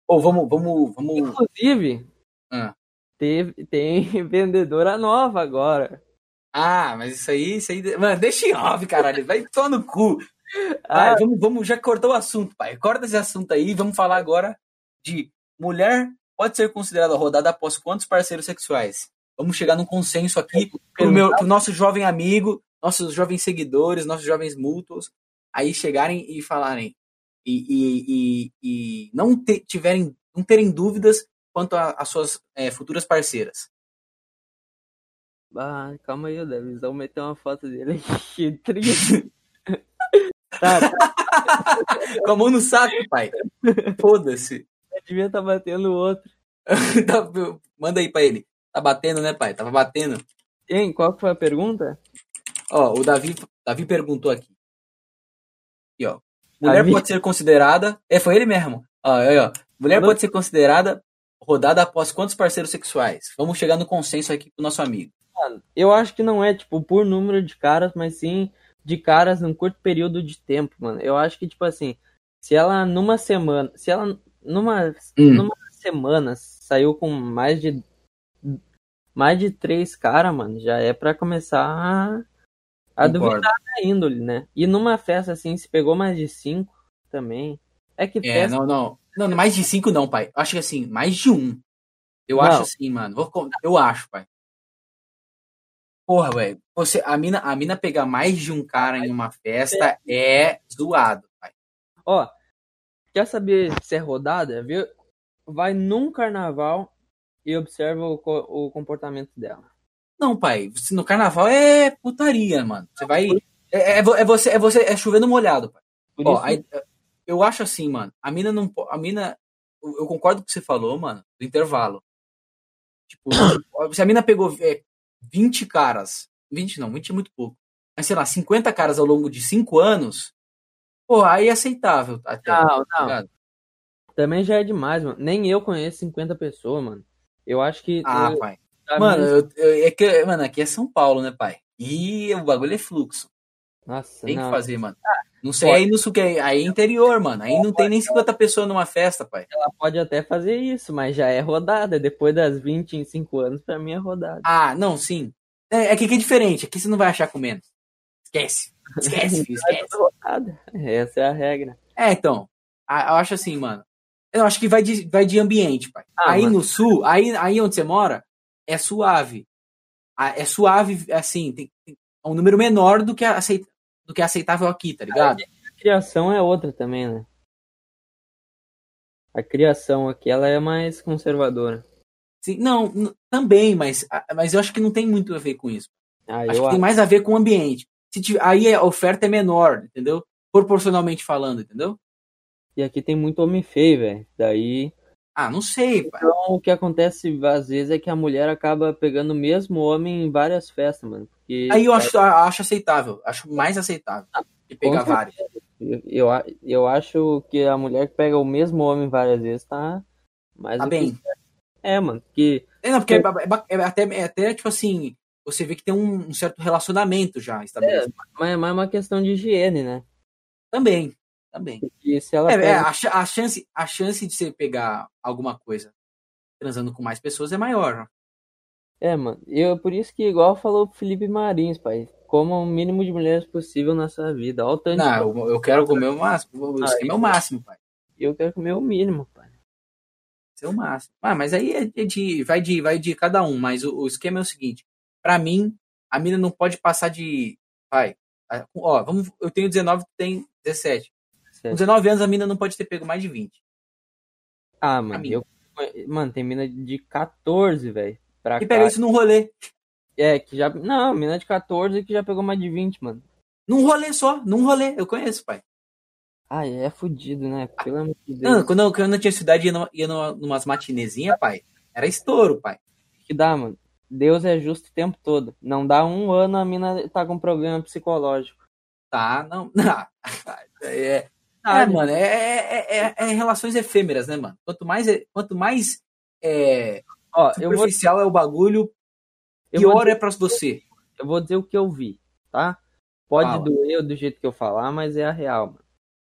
Ou vamos, vamos, vamos. Inclusive, Ah. teve, tem vendedora nova agora. Ah, mas isso aí, isso aí. Mano, deixa em off, caralho. Vai só no cu. Ah, Ah, vamos, vamos, já cortou o assunto, pai. Corta esse assunto aí. Vamos falar agora de mulher pode ser considerada rodada após quantos parceiros sexuais? Vamos chegar num consenso aqui pro, meu, pro nosso jovem amigo, nossos jovens seguidores, nossos jovens mútuos, aí chegarem e falarem e, e, e, e não te- tiverem, não terem dúvidas quanto às suas é, futuras parceiras. Ah, calma aí, Davis. Vou meter uma foto dele aqui. Triste. tá, tá, Com a mão no saco, pai. Foda-se. devia estar batendo o outro. Tá, Manda aí pra ele. Tá batendo, né, pai? Tava batendo. Hein, qual que foi a pergunta? Ó, o Davi, Davi perguntou aqui. Aqui, ó. Mulher Davi. pode ser considerada. É, foi ele mesmo. Ó, aí, ó. Mulher Não. pode ser considerada rodada após quantos parceiros sexuais? Vamos chegar no consenso aqui com o nosso amigo. Eu acho que não é, tipo, por número de caras, mas sim de caras num curto período de tempo, mano. Eu acho que, tipo assim, se ela numa semana. Se ela numa, Hum. numa semana saiu com mais de. Mais de três caras, mano, já é pra começar a, a duvidar Concordo. da índole, né? E numa festa assim, se pegou mais de cinco também. É que É, festa. não, não. Não, mais de cinco não, pai. Eu acho que assim, mais de um. Eu Não. acho assim, mano. Vou con- eu acho, pai. Porra, velho. Você, a mina, a mina pegar mais de um cara em uma festa é zoado, pai. Ó, quer saber se é rodada? Viu? Vai num carnaval e observa o, co- o comportamento dela. Não, pai. Você- No carnaval é putaria, mano. Você vai. É, é, vo- é você, é você, é chovendo molhado, pai. Por Ó, isso, aí, eu acho assim, mano. A mina não. po- A mina. Eu eu concordo com o que você falou, mano, do intervalo. Tipo, se a mina pegou é, 20 caras. 20 não, 20 é muito pouco. Mas sei lá, 50 caras ao longo de 5 anos. Pô, aí é aceitável. Até, tá não, não. ligado? Também já é demais, mano. Nem eu conheço 50 pessoas, mano. Eu acho que. Ah, eu- pai. a Mano, minha- eu- eu- é que, mano, aqui é São Paulo, né, pai? E o bagulho é fluxo. Nossa, Tem não. Ah, que fazer, mano. Não sei pode. aí no sul, que é, aí é interior, mano. Aí não tem nem 50 pessoas numa festa, pai. Ela pode até fazer isso, mas já é rodada. Depois das 25 anos, pra mim é rodada. Ah, não, sim. É, é que aqui é diferente. Aqui você não vai achar com menos. Esquece. Esquece, filho, É esquece. tudo rodada. Essa é a regra. É, então. a- Eu acho assim, mano. Eu acho que vai de, vai de ambiente, pai. Ah, aí mano. no sul, aí, aí onde você mora, é suave. Ah, É suave, assim, tem, tem- é um número menor do que, aceit, do que é aceitável aqui, tá ligado? A criação é outra também, né? A criação aqui, ela é mais conservadora. Sim, não, n- também, mas, ah, mas eu acho que não tem muito a ver com isso. Ah, Acho eu que tem acho. mais a ver com o ambiente. Se tiver- aí a oferta é menor, entendeu? Proporcionalmente falando, entendeu? E aqui tem muito homem feio, velho. Daí. Ah, não sei, pai. Então, o que acontece às vezes é que a mulher acaba pegando o mesmo homem em várias festas, mano. Porque é Aí eu acho, a- acho aceitável. Acho mais aceitável. E pegar Ah, Com certeza. vários. eu, eu, a- eu acho que a mulher que pega o mesmo homem várias vezes tá mais Tá do que bem. certo. É, mano. Porque É, não, porque é, ba- é ba- é até, é até, tipo assim, você vê que tem um, um certo relacionamento já estabelecido. mas é mais uma questão de higiene, né? Também, também. Porque se ela É, é, pega. a, cha- a chance, a chance de você pegar alguma coisa transando com mais pessoas é maior. É, mano. Eu, por isso que, igual falou o Felipe Marins, pai. Coma o mínimo de mulheres possível na sua vida. Olha o tanto de Não, eu, eu quero comer o máximo. Ah, Isso é meu isso. máximo, pai. Eu quero comer o mínimo, pai. Isso é o máximo. Ah, mas aí é de- de- vai, de, vai de cada um. Mas o, o esquema é o seguinte: pra mim, a mina não pode passar de. Vai. a- Ó, vamos, eu tenho 19, tu tem 17. Com Certo? 19 anos, a mina não pode ter pego mais de 20. Ah, mano. Amigo. Eu, mano, tem mina de 14, velho. Pra E pega cá. isso num rolê. É, que já. Não, mina de 14 que já pegou mais de 20, mano. Num rolê só, num rolê. Eu conheço, pai. Ah, é fudido, né? Pelo amor de Deus. Não, Ah, quando, eu, quando eu tinha cidade, ia, numa, ia numa, numas matinezinhas, pai. Era estouro, pai. que dá, mano. Deus é justo o tempo todo. Não dá um ano a mina tá com problema psicológico. Tá, não. não. É, é, Sabe? mano, é, é, é- é relações efêmeras, né, mano? Quanto mais, é- quanto mais é, Ó, eu vou, superficial é o bagulho, eu, pior vou dizer, é pra você. eu vou dizer o que eu vi, tá? Pode Fala. doer do jeito que eu falar, mas é a real, mano.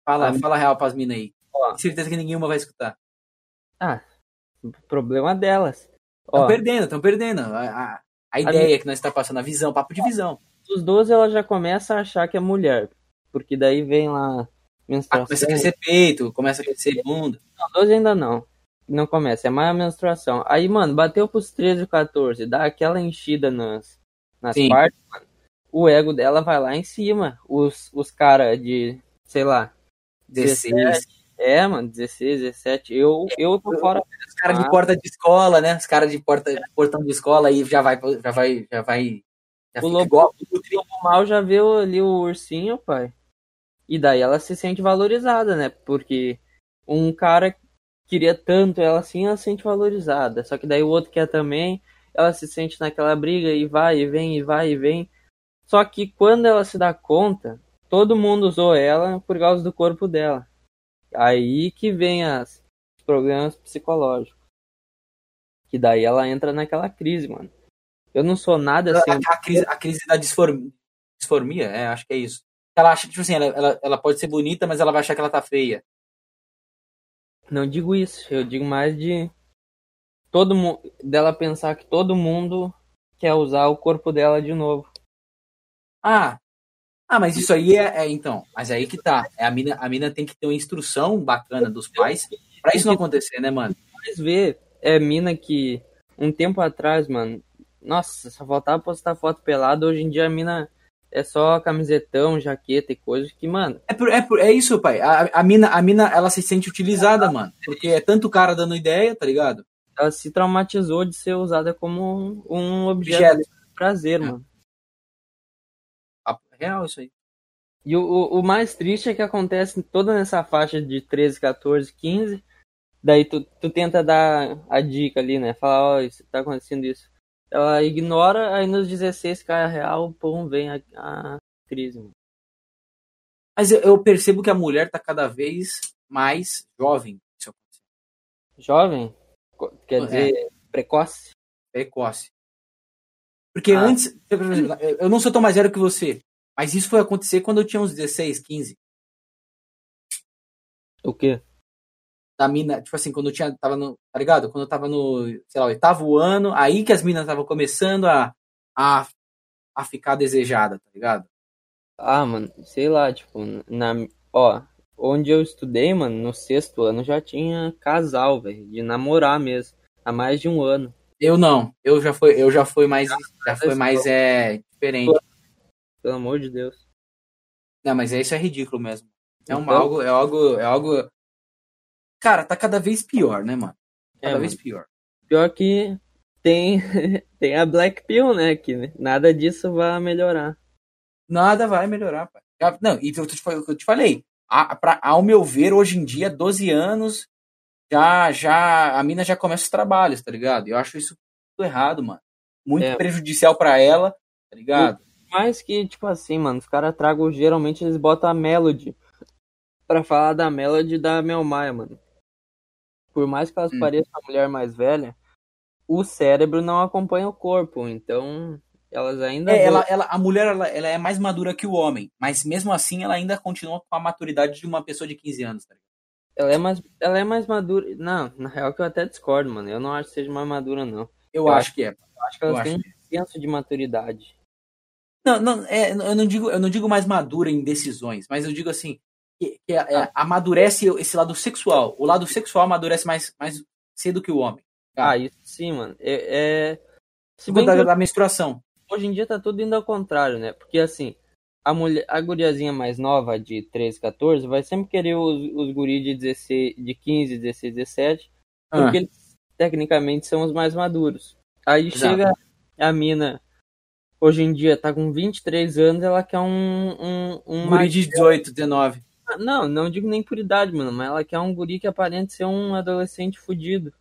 Fala, Ah, fala real pras minas aí. Ó. Tenho certeza que nenhuma vai escutar. O problema delas. Estão Ó, perdendo, estão perdendo. A, a, a ideia que nós tá passando, a visão, papo de visão. dos 12 ela já começa a achar que é mulher. Porque daí vem lá Ah, começa a menstruação. crescer peito, começa a crescer bunda. Não, 12 ainda não. não começa, é mais a menstruação. Aí, mano, bateu pros 13, 14, dá aquela enchida nas, nas Sim. partes, mano. O ego dela vai lá em cima. Os, os caras de, sei lá, 16. 17. é, mano, 16, 17. Eu, eu tô fora. Os caras de porta de escola, né? Os caras de porta, portão de escola aí já vai, já vai, já vai. Já O fica lobo- igual. O mal já viu ali o ursinho, pai. E daí ela se sente valorizada, né? Porque um cara queria tanto ela assim, ela se sente valorizada. Só que daí o outro quer também, ela se sente naquela briga e vai e vem e vai e vem. Só que quando ela se dá conta, todo mundo usou ela por causa do corpo dela. Aí que vem as- os problemas psicológicos. Que daí ela entra naquela crise, mano. Eu não sou nada assim. a, a crise, a crise da disform- disformia, é, acho que é isso. Ela acha, tipo assim, ela, ela, ela pode ser bonita, mas ela vai achar que ela tá feia. Não digo isso, eu digo mais de todo mundo dela pensar que todo mundo quer usar o corpo dela de novo. Ah, ah mas isso aí é, é, então. Mas aí que tá. É, a, mina, a mina tem que ter uma instrução bacana dos pais pra isso não acontecer, né, mano? Mas vê, é mina que um tempo atrás, mano, nossa, só faltava postar foto pelada, hoje em dia a mina é só camisetão, jaqueta e coisa que, mano, É, por- é, por- é isso, pai. A, a, mina, a mina, ela se sente utilizada, mano. Porque é tanto cara dando ideia, tá ligado? ela se traumatizou de ser usada como um, um objeto Objeto. de prazer, mano. Papo é Real, isso aí. E o, o, o mais triste é que acontece toda nessa faixa de 13, 14, 15. Daí tu, tu tenta dar a dica ali, né? Falar, ó, isso tá acontecendo isso. Ela ignora, aí nos 16 cai a real, pum, vem a, a crise. Mano. Mas eu, eu percebo que a mulher tá cada vez mais jovem. Isso é Jovem, co- quer É. dizer, precoce. precoce. é, Porque Ah. antes, por exemplo, eu não sou tão mais velho que você, mas isso foi acontecer quando eu tinha uns 16, 15. O quê? Da mina, tipo assim, quando eu tinha, tava no, tá ligado? Quando eu tava no, sei lá, oitavo ano, aí que as minas estavam começando a, a, a ficar desejada, tá ligado? Ah, mano, sei lá, tipo, na, ó, onde eu estudei, mano, no sexto ano já tinha casal, velho, de namorar mesmo, há mais de um ano. Eu não, eu já foi, eu já fui mais, já foi mais, é, diferente. Pelo amor de Deus. Não, mas é isso é ridículo mesmo. É um Então- algo, é algo, é algo. Cara, tá cada vez pior, né, mano? Cada É, vez pior. Pior que tem, tem a Black Pill, né? Que nada disso vai melhorar. Nada vai melhorar, pai. Já- Não, e eu te, fa- eu te falei, a- pra- ao meu ver, hoje em dia, 12 anos, já, já, a mina já começa os trabalhos, tá ligado? Eu acho isso tudo errado, mano. Muito É. prejudicial pra ela, tá ligado? Mas que, tipo assim, mano, os caras tragam, geralmente eles botam a Melody. Pra falar da Melody da Mel Maia, mano. Por mais que elas Hum. pareçam a mulher mais velha, o cérebro não acompanha o corpo. Então, elas ainda. É, vão- ela, ela, a mulher, ela, ela é mais madura que o homem, mas mesmo assim, ela ainda continua com a maturidade de uma pessoa de 15 anos, tá ligado? ela é mais, ela é mais madura. Não, na real que eu até discordo, mano. Eu não acho que seja mais madura, não. Eu, Eu acho, que é. Eu acho que Eu elas acho têm um senso de maturidade. Não, não, é, eu não digo, eu não digo mais madura em decisões, mas eu digo assim que, que é, Ah. é, amadurece esse lado sexual. O lado sexual amadurece mais, mais cedo que o homem. Tá. Ah, isso sim, mano. É. é... Se Por bem que conta eu da menstruação. hoje em dia tá tudo indo ao contrário, né? Porque assim, a mulher, a guriazinha mais nova de 13, 14 vai sempre querer os, os guris de 16, de 15, 16, 17, Ah. porque eles tecnicamente são os mais maduros. Aí Exato. chega a mina hoje em dia tá com 23 anos, ela quer um um, um Um guri mais... de 18, 19. não, não digo nem por idade, mano, mas ela quer um guri que aparente ser um adolescente fudido.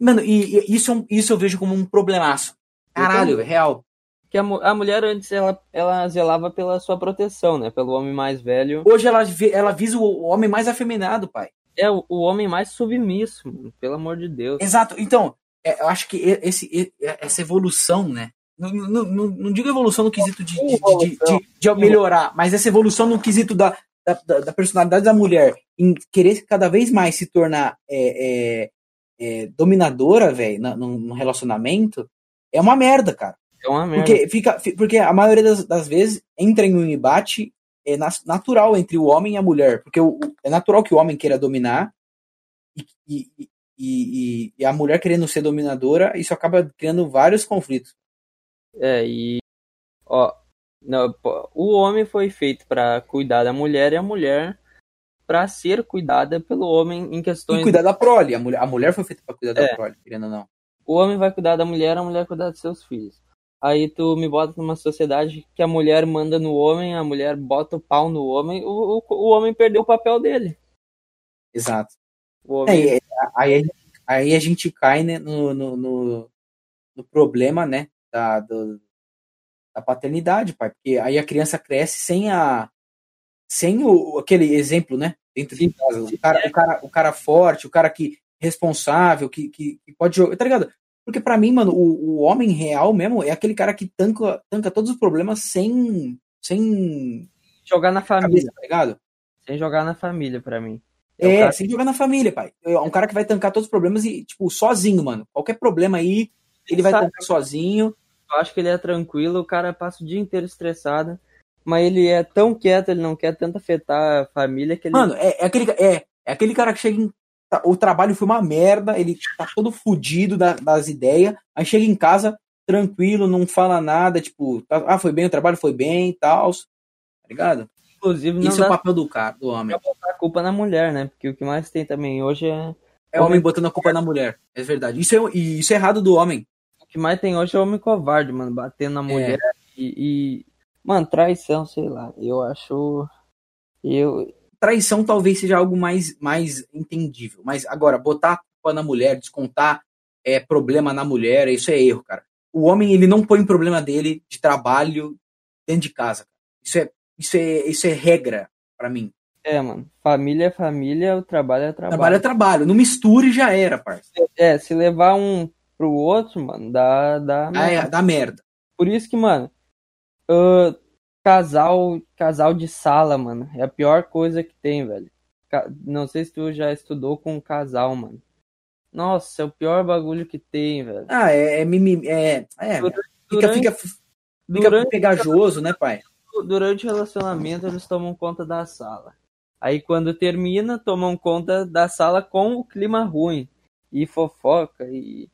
Mano, e, e isso, é um- isso eu vejo como um problemaço. Caralho, é real. Que a, mu- a mulher antes ela, ela zelava pela sua proteção, né? Pelo homem mais velho. Hoje ela, vê- ela visa o o homem mais afeminado, pai. é o, o homem mais submisso, mano, pelo amor de Deus. Exato. Então, é, eu acho que e- esse, e- essa evolução, né? Não, não, não, não digo evolução no quesito de, de, de, de, de- de melhorar, mas essa evolução no quesito da, da, da- da personalidade da mulher em querer cada vez mais se tornar é, é, é, dominadora, velho, na- num num relacionamento, é uma merda, cara. É uma merda. Porque, fica, fi- porque a maioria das, das vezes entra em um embate é nas- natural entre o homem e a mulher. Porque o- o- é natural que o homem queira dominar e, e- e e, e- e a mulher querendo ser dominadora, isso acaba criando vários conflitos. É, e. Ó. não, pô, o homem foi feito pra cuidar da mulher e a mulher pra ser cuidada pelo homem em E questões. cuidar da prole, a mulher, a mulher foi feita pra cuidar da É. prole, querendo ou não. O homem vai cuidar da mulher, a mulher vai cuidar dos seus filhos. Aí tu me bota numa sociedade que a mulher manda no homem, a mulher bota o pau no homem, o, o, o homem perdeu o papel dele. Exato. O homem- É, e aí, a gente- aí a gente cai né, no, no, no- no problema né, da, do- da paternidade, pai. Porque aí a criança cresce sem a. Sem o, aquele exemplo, né? Dentro de casa. O cara, o, cara, o cara forte, o cara que responsável, que, que, que pode jogar. Tá ligado? Porque pra mim, mano, o, o homem real mesmo é aquele cara que tanca, tanca todos os problemas sem. Sem jogar na família. cabeça, tá ligado? Sem jogar na família, pra mim. É o É, cara- sem jogar na família, pai. É um cara que vai tancar todos os problemas e, tipo, sozinho, mano. Qualquer problema aí, ele vai Sabe? tancar sozinho. Eu acho que ele é tranquilo, o cara passa o dia inteiro estressado, mas ele é tão quieto, ele não quer tanto afetar a família que ele. Mano, é, é aquele, ca- é, é aquele cara que chega em. tá, O trabalho foi uma merda, ele tá todo fudido da- das ideias, aí chega em casa tranquilo, não fala nada, tipo, tá- ah, foi bem o trabalho, foi bem e tal. Tá ligado? inclusive, não Isso é dá o papel do cara, do homem. É a culpa na mulher, né? Porque o que mais tem também hoje é. É o homem botando a culpa na mulher. É verdade. Isso é, e isso é errado do homem. O que mais tem hoje é homem covarde, mano, batendo É. na mulher e, e- Mano, traição, sei lá. Eu acho. Eu. traição talvez seja algo mais, mais entendível. Mas agora, botar a culpa na mulher, descontar é, problema na mulher, isso é erro, cara. O homem, ele não põe o problema dele de trabalho dentro de casa. Isso é, isso é, isso é regra pra mim. É, mano. Família é família, o trabalho é Trabalho é trabalho. trabalho. Não misture e já era, parça. É, se levar um pro outro, mano, dá. dá Ah, é, dá merda. Por isso que, mano, ah, casal, casal de sala, mano, é a pior coisa que tem, velho. Ca- Não sei se tu já estudou com um casal, mano. Nossa, é o pior bagulho que tem, velho. Ah, é, é mimimi. É, é, fica, Durante, fica, fica durante- pegajoso, né, pai? durante o relacionamento, eles tomam conta da sala. Aí, quando termina, tomam conta da sala com o clima ruim. E fofoca, e.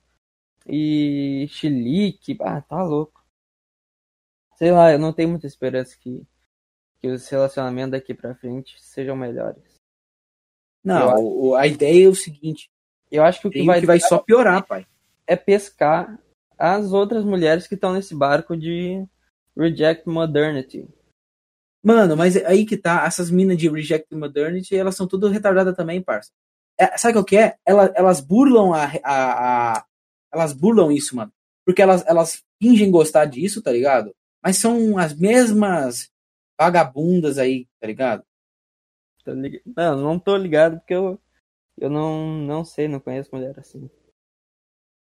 E. Chilique. Ah, tá louco. Sei lá, eu não tenho muita esperança que. Que os relacionamentos daqui pra frente sejam melhores. Não, o- o- a ideia é o seguinte: Eu acho que o que tem vai, o que vai só piorar, pai. é pescar as outras mulheres que estão nesse barco de. Reject Modernity. Mano, mas aí que tá, essas minas de Reject Modernity, elas são tudo retardadas também, parça. É, sabe qual que é? Ela- elas burlam a, a- a- Elas burlam isso, mano. Porque elas, elas fingem gostar disso, tá ligado? Mas são as mesmas vagabundas aí, tá ligado? Tô liga- Não, não tô ligado porque eu, eu não, não sei, não conheço mulher assim.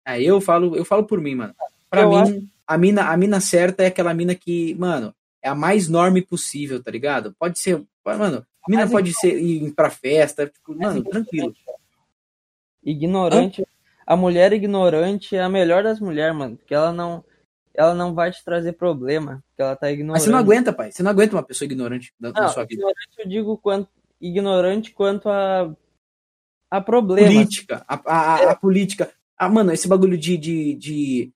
Aí É, eu falo, eu falo por mim, mano. Pra Eu mim, acho- a mina, a mina certa é aquela mina que, mano, é a mais norme possível, tá ligado? Pode ser, mano, a mina Mas então pode ser ir pra festa, tipo, Mas então, mano, ignorante- tranquilo. Ignorante. A mulher ignorante é a melhor das mulheres, mano. Porque ela não, ela não vai te trazer problema. Porque ela tá ignorando. Mas você não aguenta, pai. Você não aguenta uma pessoa ignorante na, na Não, sua vida. ignorante eu digo quanto, ignorante quanto a, a problemas. É. Política. A, a- a- a política. Ah, mano, esse bagulho de. de, de,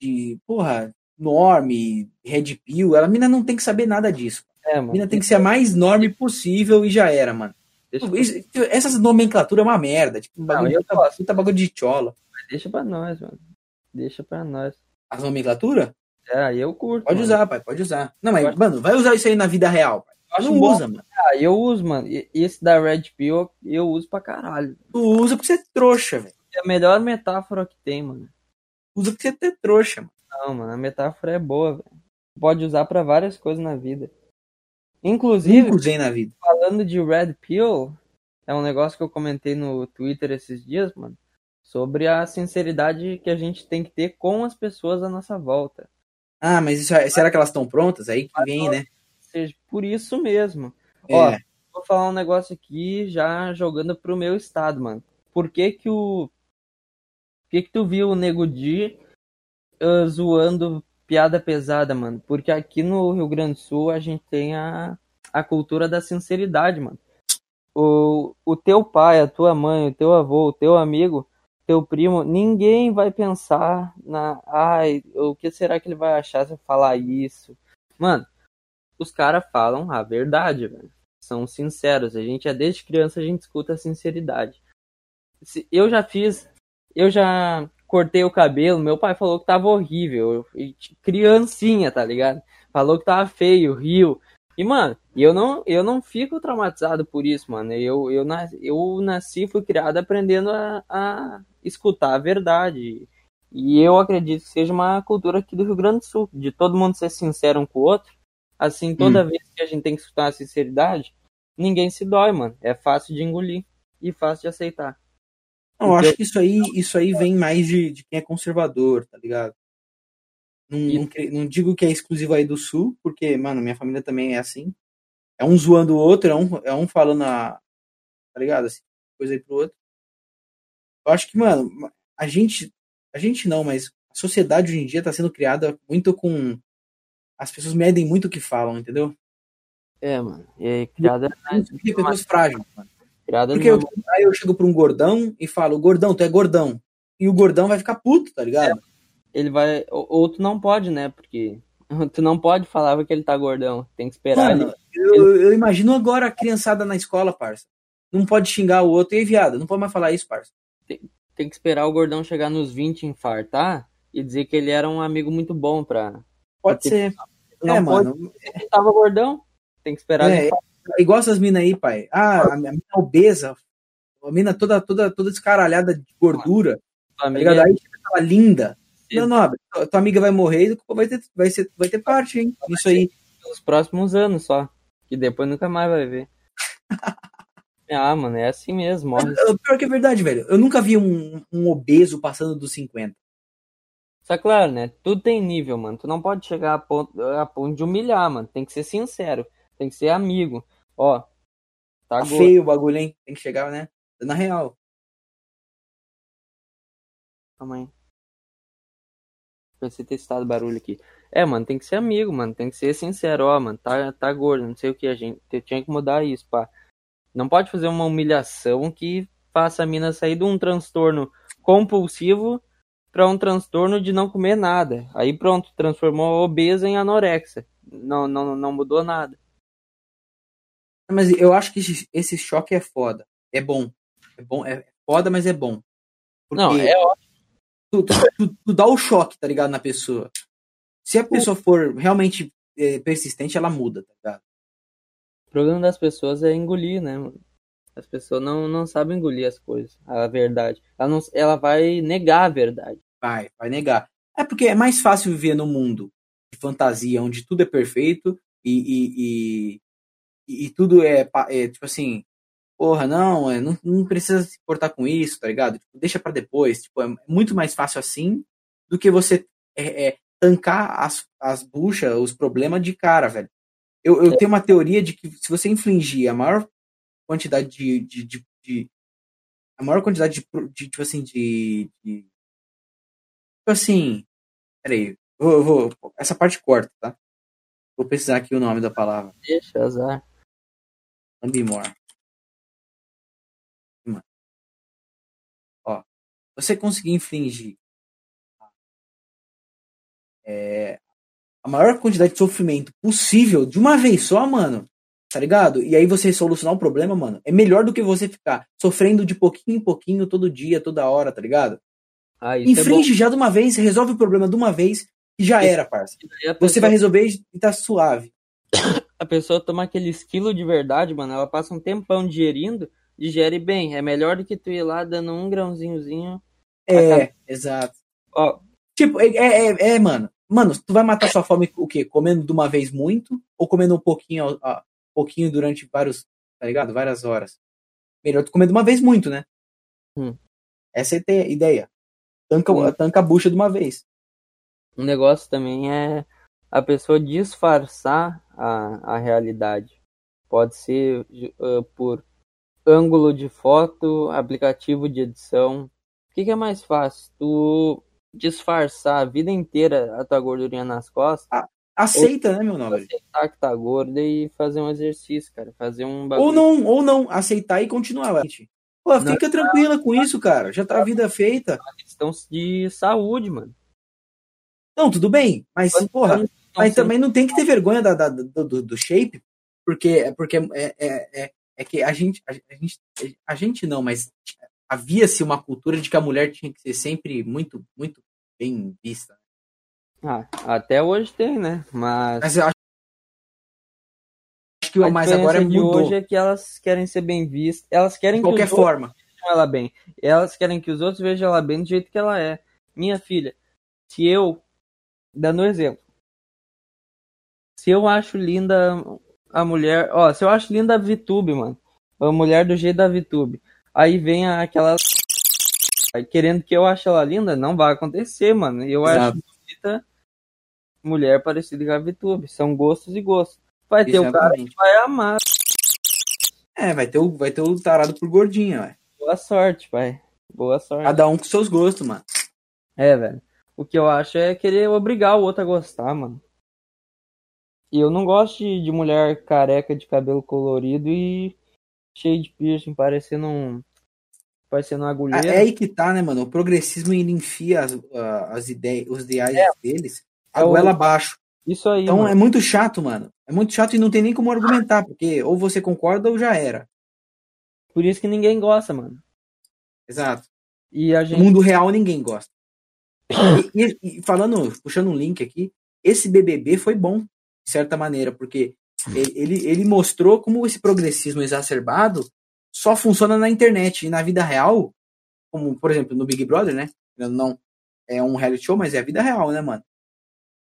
de, porra, norme, red pill. ela- A mina não tem que saber nada disso. É, A mano. mina tem que ser a mais norme possível e já era, mano. Deixa, Isso- essas nomenclaturas é uma merda. Tipo, um bagulho, Não, eu puta, gosto. puta bagulho de chola. deixa pra nós, mano. Deixa pra nós. As nomenclaturas? É, eu curto. Pode mano. usar, pai, pode usar. Não, Eu mas, acho- mano, vai usar isso aí na vida real, pai. Eu acho não bom. usa, mano. Ah, eu uso, mano. E- Esse da Red Pill eu, eu uso pra caralho. Tu usa porque você é trouxa, velho. É a melhor metáfora que tem, mano. Usa porque você é trouxa, mano. Não, mano, a metáfora é boa, velho. Pode usar pra várias coisas na vida. Inclusive, Nunca usei na vida. falando de Red Pill, é um negócio que eu comentei no Twitter esses dias, mano, sobre a sinceridade que a gente tem que ter com as pessoas à nossa volta. Ah, mas isso, será que elas estão prontas? Aí que vem, né? Ou seja, por isso mesmo. Ó, É, Vou falar um negócio aqui já jogando pro meu estado, mano. Por que que o... Por que que tu viu o Nego Di ah, zoando piada pesada, mano? Porque aqui no Rio Grande do Sul a gente tem a, a cultura da sinceridade, mano. O, o teu pai, a tua mãe, o teu avô, o teu amigo, teu primo, ninguém vai pensar na. Ai, o que será que ele vai achar se eu falar isso? Mano, os caras falam a verdade, velho. São sinceros. A gente é desde criança, a gente escuta a sinceridade. Se- Eu já fiz. Eu já cortei o cabelo, meu pai falou que tava horrível. e t- Criancinha, tá ligado? Falou que tava feio, riu. E, mano, eu não, eu não fico traumatizado por isso, mano. Eu, eu, nas- eu nasci, fui criado aprendendo a, a escutar a verdade. E eu acredito que seja uma cultura aqui do Rio Grande do Sul, de todo mundo ser sincero um com o outro. Assim, Hum. toda vez que a gente tem que escutar a sinceridade, ninguém se dói, mano. É fácil de engolir e fácil de aceitar. Não, eu acho que isso aí, isso aí vem mais de, de quem é conservador, tá ligado? Não, não cre- não digo que é exclusivo aí do sul, porque, mano, minha família também é assim. É um zoando o outro, é um, é um falando a. Tá ligado? Assim, coisa aí pro outro. Eu acho que, mano, a gente. A gente não, mas a sociedade hoje em dia tá sendo criada muito com. As pessoas medem muito o que falam, entendeu? É, mano. É criada, Porque pessoas frágeis, mano. criada Porque eu, numa- aí eu chego pra um gordão e falo, gordão, tu é gordão. E o gordão vai ficar puto, tá ligado? Ele vai. Ou, ou tu não pode, né? Porque tu não pode falar que ele tá gordão. Tem que esperar ele. Mano, eu, eu imagino agora a criançada na escola, parça. Não pode xingar o outro. Ei, viado, não pode mais falar isso, parça. Tem que esperar o gordão chegar nos 20 e infartar e dizer que ele era um amigo muito bom pra. Pode Porque ser. Não é, pode. mano. Ele tava gordão. Tem que esperar ele É, igual essas minas aí, pai. Ah, a minha mina obesa. A mina toda, toda, toda descaralhada de gordura. Tua Tá amiga ligado? Aí chega aquela linda. Sim. Meu nobre, tua- tua amiga vai morrer e vai ter, vai, ser, vai ter parte, hein? Isso aí. pelos próximos anos só. Que depois nunca mais vai ver. ah, mano, é assim mesmo. Morre. Mas, uh, Pior que é verdade, velho. Eu nunca vi um, um obeso passando dos 50. Só que, claro, né? Tudo tem nível, mano. Tu não pode chegar a ponto, a ponto de humilhar, mano. Tem que ser sincero. Tem que ser amigo. Ó, Tá tá gordo. feio o bagulho, hein? Tem que chegar, né? Na real. Calma aí. Pensei ter citado barulho aqui. É, mano, tem que ser amigo, mano. Tem que ser sincero, ó, mano. Tá, tá gordo, não sei o que, a gente. Eu tinha que mudar isso, pá. Não pode fazer uma humilhação que faça a mina sair de um transtorno compulsivo pra um transtorno de não comer nada. Aí pronto, transformou a obesa em anorexa. Não, não, não mudou nada. Mas eu acho que esse, esse choque é foda. É bom. É bom, é foda, mas é bom. Porque Não, é óbvio. tu, tu, tu- tu dá o choque, tá ligado? Na pessoa. Se a pessoa for realmente eh, persistente, ela muda, tá ligado? O problema das pessoas é engolir, né, mano? As pessoas não, não sabem engolir as coisas, a verdade. Ela, não, ela vai negar a verdade. Vai, vai negar. É porque é mais fácil viver num mundo de fantasia onde tudo é perfeito e, e, e, e tudo é, pa- é, tipo assim, porra, não, é, não, não precisa se importar com isso, tá ligado? Tipo, deixa pra depois. Tipo, é muito mais fácil assim do que você é, é, tancar as, as buchas, os problemas de cara, velho. Eu, eu tenho uma teoria de que se você infligir a maior quantidade de. de, de- de- a maior quantidade de, pro- de, tipo assim, de. de tipo assim. Peraí, eu vou, eu vou. Essa parte corta, tá? Vou precisar aqui o nome da palavra. Deixa, azar. Ambimor. Mano. Ó. Você conseguir infligir é, a maior quantidade de sofrimento possível de uma vez só, mano. Tá ligado? E aí você solucionar o problema, mano. É melhor do que você ficar sofrendo de pouquinho em pouquinho, todo dia, toda hora, tá ligado? Ah, isso é bom. Infringe já de uma vez, resolve o problema de uma vez e já era, parça. Daí a Você pessoa, vai resolver e tá suave. a pessoa toma aquele esquilo de verdade, mano. Ela passa um tempão digerindo, digere bem. É melhor do que tu ir lá dando um grãozinhozinho. É, exato. Ó, Tipo, é, é, é- é, mano. Mano, tu vai matar sua fome o quê? Comendo de uma vez muito ou comendo um pouquinho, ao- a- pouquinho durante vários, tá ligado? Várias horas. Melhor tu comer de uma vez muito, né? Hum. Essa é a te- ideia. Tanca, Hum. tanca a bucha de uma vez. um negócio também é a pessoa disfarçar a, a realidade. Pode ser ju- ah, por ângulo de foto, aplicativo de edição. O que, que é mais fácil? Tu disfarçar a vida inteira a tua gordurinha nas costas? Aceita, né, meu nobre? aceitar que tá gorda e fazer um exercício, cara. Fazer um bagulho. Ou não, ou não, aceitar e continuar. ué. Pô, fica tranquila com isso, cara. Já tá a vida feita. Questão de saúde, mano. Não, tudo bem, mas, Quando- porra, quando- mas quando- também não tem que ter vergonha da, da- do, do- do shape, porque, porque é, é, é, é que a gente, a, gente. A gente não, mas havia-se uma cultura de que a mulher tinha que ser sempre muito, muito bem vista. Ah, até hoje tem, né? Mas. Mas eu acho. Acho que o mais diferença agora de mudou. hoje é que elas querem ser bem vistas. Elas querem de qualquer que os outros forma. vejam ela bem. Elas querem que os outros vejam ela bem do jeito que ela é. Minha filha, se eu. Dando um exemplo. Se eu acho linda a mulher. Ó, se eu acho linda a VTube, mano. A mulher do jeito da VTube. Aí vem aquela. Querendo que eu ache ela linda, não vai acontecer, mano. Eu Exato. acho bonita mulher parecida com a VTube. São gostos e gostos. Vai ter o cara Exatamente. que vai amar. É, vai ter, o, vai ter o tarado por gordinho, ué. Boa sorte, pai. Boa sorte. Cada um com seus gostos, mano. É, velho. O que eu acho é querer obrigar o outro a gostar, mano. E eu não gosto de, de mulher careca de cabelo colorido e cheio de piercing, parecendo um. parecendo um Ah, agulheiro. É aí que tá, né, mano? O progressismo ele enfia as, ah, as ideias, os ideais deles a É o- goela abaixo. Isso aí, Então mano. é muito chato, mano. É muito chato e não tem nem como argumentar, porque ou você concorda ou já era. Por isso que ninguém gosta, mano. Exato. E a No gente. mundo real ninguém gosta. E, e- e falando, puxando um link aqui, esse BBB foi bom, de certa maneira, porque ele, ele- ele mostrou como esse progressismo exacerbado só funciona na internet e na vida real, como, por exemplo, no Big Brother, né? Não é um reality show, mas é a vida real, né, mano?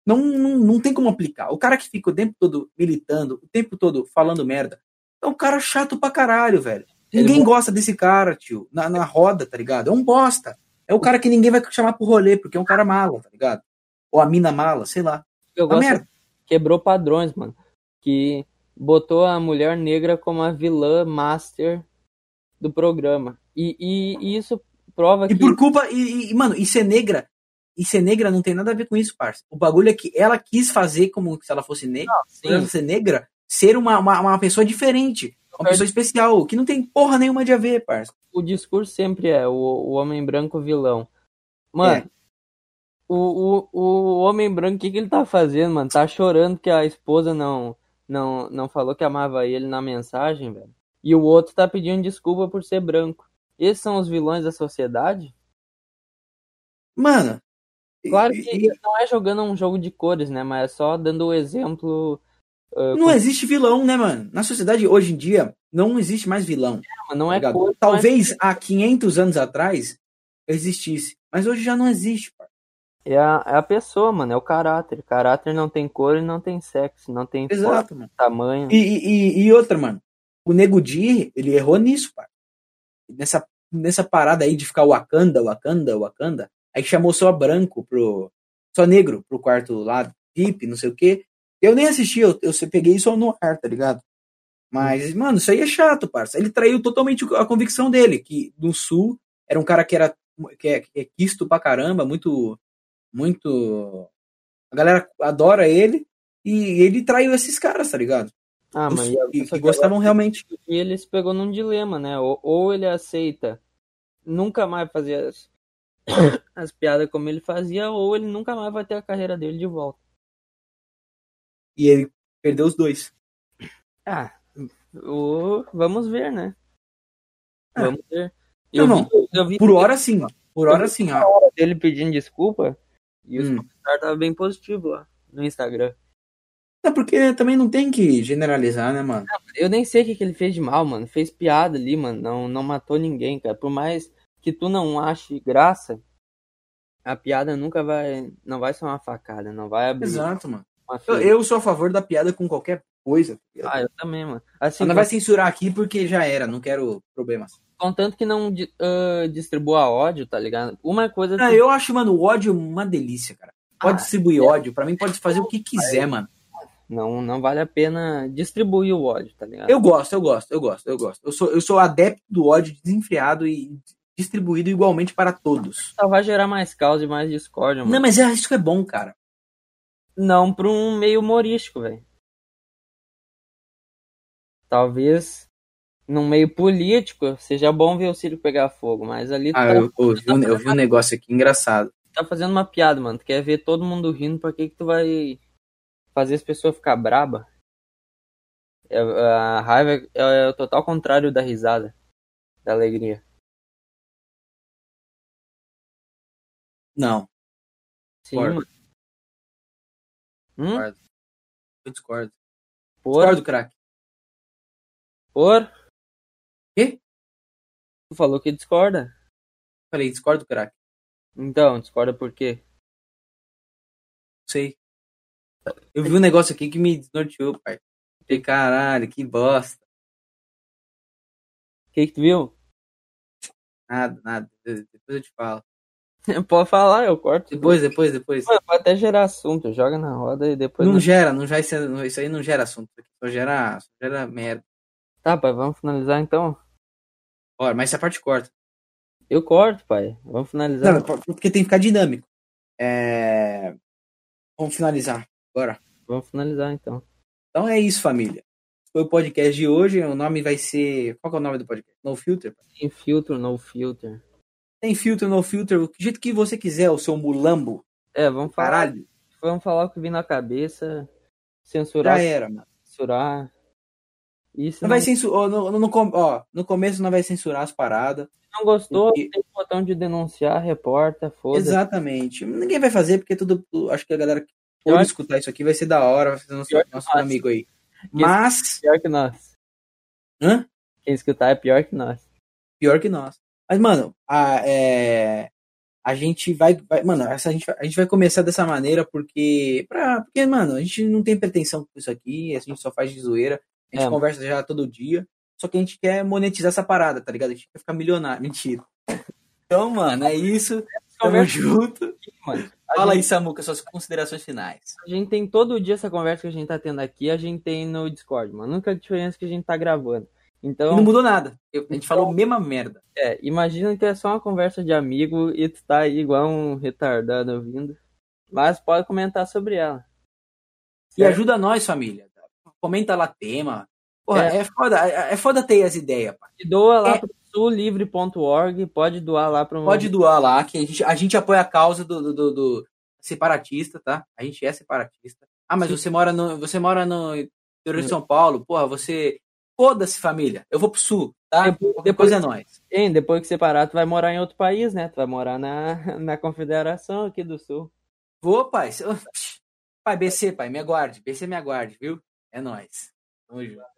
Não, não, não tem como aplicar. O cara que fica o tempo todo militando, o tempo todo falando merda, é um cara chato pra caralho, velho. Ele Ninguém gosta desse cara, tio, na, na roda, tá ligado? É um bosta. É o cara que ninguém vai chamar pro rolê, porque é um cara mala, tá ligado? Ou a mina mala, sei lá. Eu Tá gosto merda. quebrou padrões, mano. Que botou a mulher negra como a vilã master do programa. E, e- e isso prova E que. por culpa. E, e- mano, e ser negra. E ser negra não tem nada a ver com isso, parça. O bagulho é que ela quis fazer como se ela fosse negra, por ela Sim, ser negra, ser uma, uma, uma pessoa diferente. Uma pessoa especial, que não tem porra nenhuma de a ver, parça. o discurso sempre é o, o homem branco vilão. Mano, É. o, o, o homem branco, o que, que ele tá fazendo, mano? Tá chorando que a esposa não, não, não falou que amava ele na mensagem, velho. E o outro tá pedindo desculpa por ser branco. Esses são os vilões da sociedade? Mano. e- Claro e- que não é jogando um jogo de cores, né? Mas é só dando o exemplo. ah, Não existe vilão, né, mano? Na sociedade hoje em dia, não existe mais vilão. com- não tá é ligado? cor, não é- Talvez há 500 anos atrás existisse, mas hoje já não existe. parça. É a, é a pessoa, mano, é o caráter. Caráter não tem cor e não tem sexo, não tem forma, Exato, mano. tamanho. E, e- e- e outra, mano. O Nego Di, ele errou nisso, pá. Nessa, nessa parada aí de ficar Wakanda, Wakanda, Wakanda. Aí chamou só branco pro. Só negro pro quarto lá, VIP, não sei o quê. Eu nem assisti, eu, eu só peguei isso no ar, tá ligado? Mas, mano, isso aí é chato, parça. Ele traiu totalmente a convicção dele, que no sul era um cara que era que é, que é quisto pra caramba, muito. Muito. A galera adora ele. E ele traiu esses caras, tá ligado? Ah, Os mas que, que só que gostavam realmente. E ele se pegou num dilema, né? Ou, ou ele aceita nunca mais fazer as, as piadas como ele fazia, ou ele nunca mais vai ter a carreira dele de volta. E ele perdeu os dois. Ah, o- vamos ver, né? É. Vamos ver. Não, Eu não. vi, eu vi Por hora sim, ó. Por hora sim, ah, ó. ele pedindo desculpa e os Hum. comentários estavam bem positivos lá no Instagram. É porque também não tem que generalizar, né, mano? Eu nem sei o que, que ele fez de mal, mano. Fez piada ali, mano. Não, não matou ninguém, cara. Por mais que tu não ache graça, a piada nunca vai. Não vai ser uma facada, não vai abrir Exato, mano. uma Eu, ferida. eu sou a favor da piada com qualquer coisa. Ah, eu também, mano. Assim, Só não vai censurar aqui porque já era, não quero problemas. contanto que não di- ah, distribua ódio, tá ligado? Uma coisa. Ah, eu acho, mano, o ódio uma delícia, cara. Pode Ah, distribuir ódio, pra mim pode fazer o que quiser, mano. não, não vale a pena distribuir o ódio, tá ligado? Eu gosto, eu gosto, eu gosto, eu gosto. Eu sou, eu sou adepto do ódio desenfreado e distribuído igualmente para todos. Só vai gerar mais caos e mais discórdia, mano. Não, mas é, isso que é bom, cara. Não pra um meio humorístico, velho. Talvez num meio político seja bom ver o Ciro pegar fogo, mas ali tu Ah, tá, eu, eu vi, um- eu vi um negócio aqui engraçado. tá fazendo uma piada, mano. Tu quer ver todo mundo rindo, pra que que tu vai fazer as pessoas ficar braba? É, a raiva é, o total contrário da risada, da alegria. Não, Sim, Concordo. mano. Hum? Concordo. eu discordo. Por, Discordo, craque. por? Quê? Tu falou que discorda. Falei, discordo, craque. Então, discorda por quê? Não sei. Eu vi um negócio aqui que me desnorteou, pai. Falei, caralho, que bosta. O que que tu viu? Nada, nada. Depois eu te falo. Pode falar, eu corto. Depois, depois, depois. Mano, pode até gerar assunto, joga na roda e depois. Não gera, não vai ser. não- Isso aí não gera assunto. Só gera, só gera merda. Tá, pai, vamos finalizar então. Bora, mas essa parte corta. Eu corto, pai. Vamos finalizar. Não, porque tem que ficar dinâmico. É... Vamos finalizar. Bora. Vamos finalizar então. Então é isso, família. Foi o podcast de hoje. O nome vai ser. Qual que é o nome do podcast? No Filter? Sem filtro, no filter. Tem filtro, no filter, o jeito que você quiser, o seu mulambo. É, vamos falar. Caralho. Vamos falar o que vem na cabeça. Censurar, Já era, mano. censurar. Isso Não não, vai censurar. No, no- no com- ó, no começo não vai censurar as paradas. não gostou, Porque- tem o botão de denunciar, reporta, foda-se. Exatamente. Ninguém vai fazer, porque tudo. Acho que a galera que Eu for acho- escutar isso aqui vai ser da hora, vai ser nosso, Eu acho nosso massa. amigo aí. Mas. Pior que nós. Hã? Quem escutar é pior que nós. pior que nós. Mas, mano, a, é, a gente vai, vai- Mano, essa, a, gente vai, a gente vai começar dessa maneira porque. Pra, porque, mano, a gente não tem pretensão com isso aqui, a gente só faz de zoeira, a gente É. conversa já todo dia. Só que a gente quer monetizar essa parada, tá ligado? A gente quer ficar milionário. Mentira. Então, mano, é isso. Tamo Conversa junto. aqui, mano. A Fala gente- aí, Samuca, suas considerações finais. A gente tem todo dia essa conversa que a gente tá tendo aqui, a gente tem no Discord, mano. Nunca a diferença que a gente tá gravando. E Então, não mudou nada. Eu- a gente falou a mesma merda. é, imagina que é só uma conversa de amigo e tu tá aí igual um retardado ouvindo. Mas pode comentar sobre ela. E ajuda nós, família. Comenta lá tema. Porra, é, foda, é é foda ter as ideias, pá. E doa lá É. pro sulivre.org, pode doar lá pro Pode doar lá, que a gente, a gente apoia a causa do, do, do- do separatista, tá? A gente é separatista. Ah, mas Sim. você mora no você mora no interior de São Paulo, porra, você foda-se família. Eu vou pro sul, tá? Depois- Qualquer depois- coisa é nós. Hein, depois que separar, tu vai morar em outro país, né? Tu vai morar na, na Confederação aqui do Sul. Vou, pai. Se- Pai, BC, pai, me aguarde. BC me aguarde, viu? É nós. Tamo junto.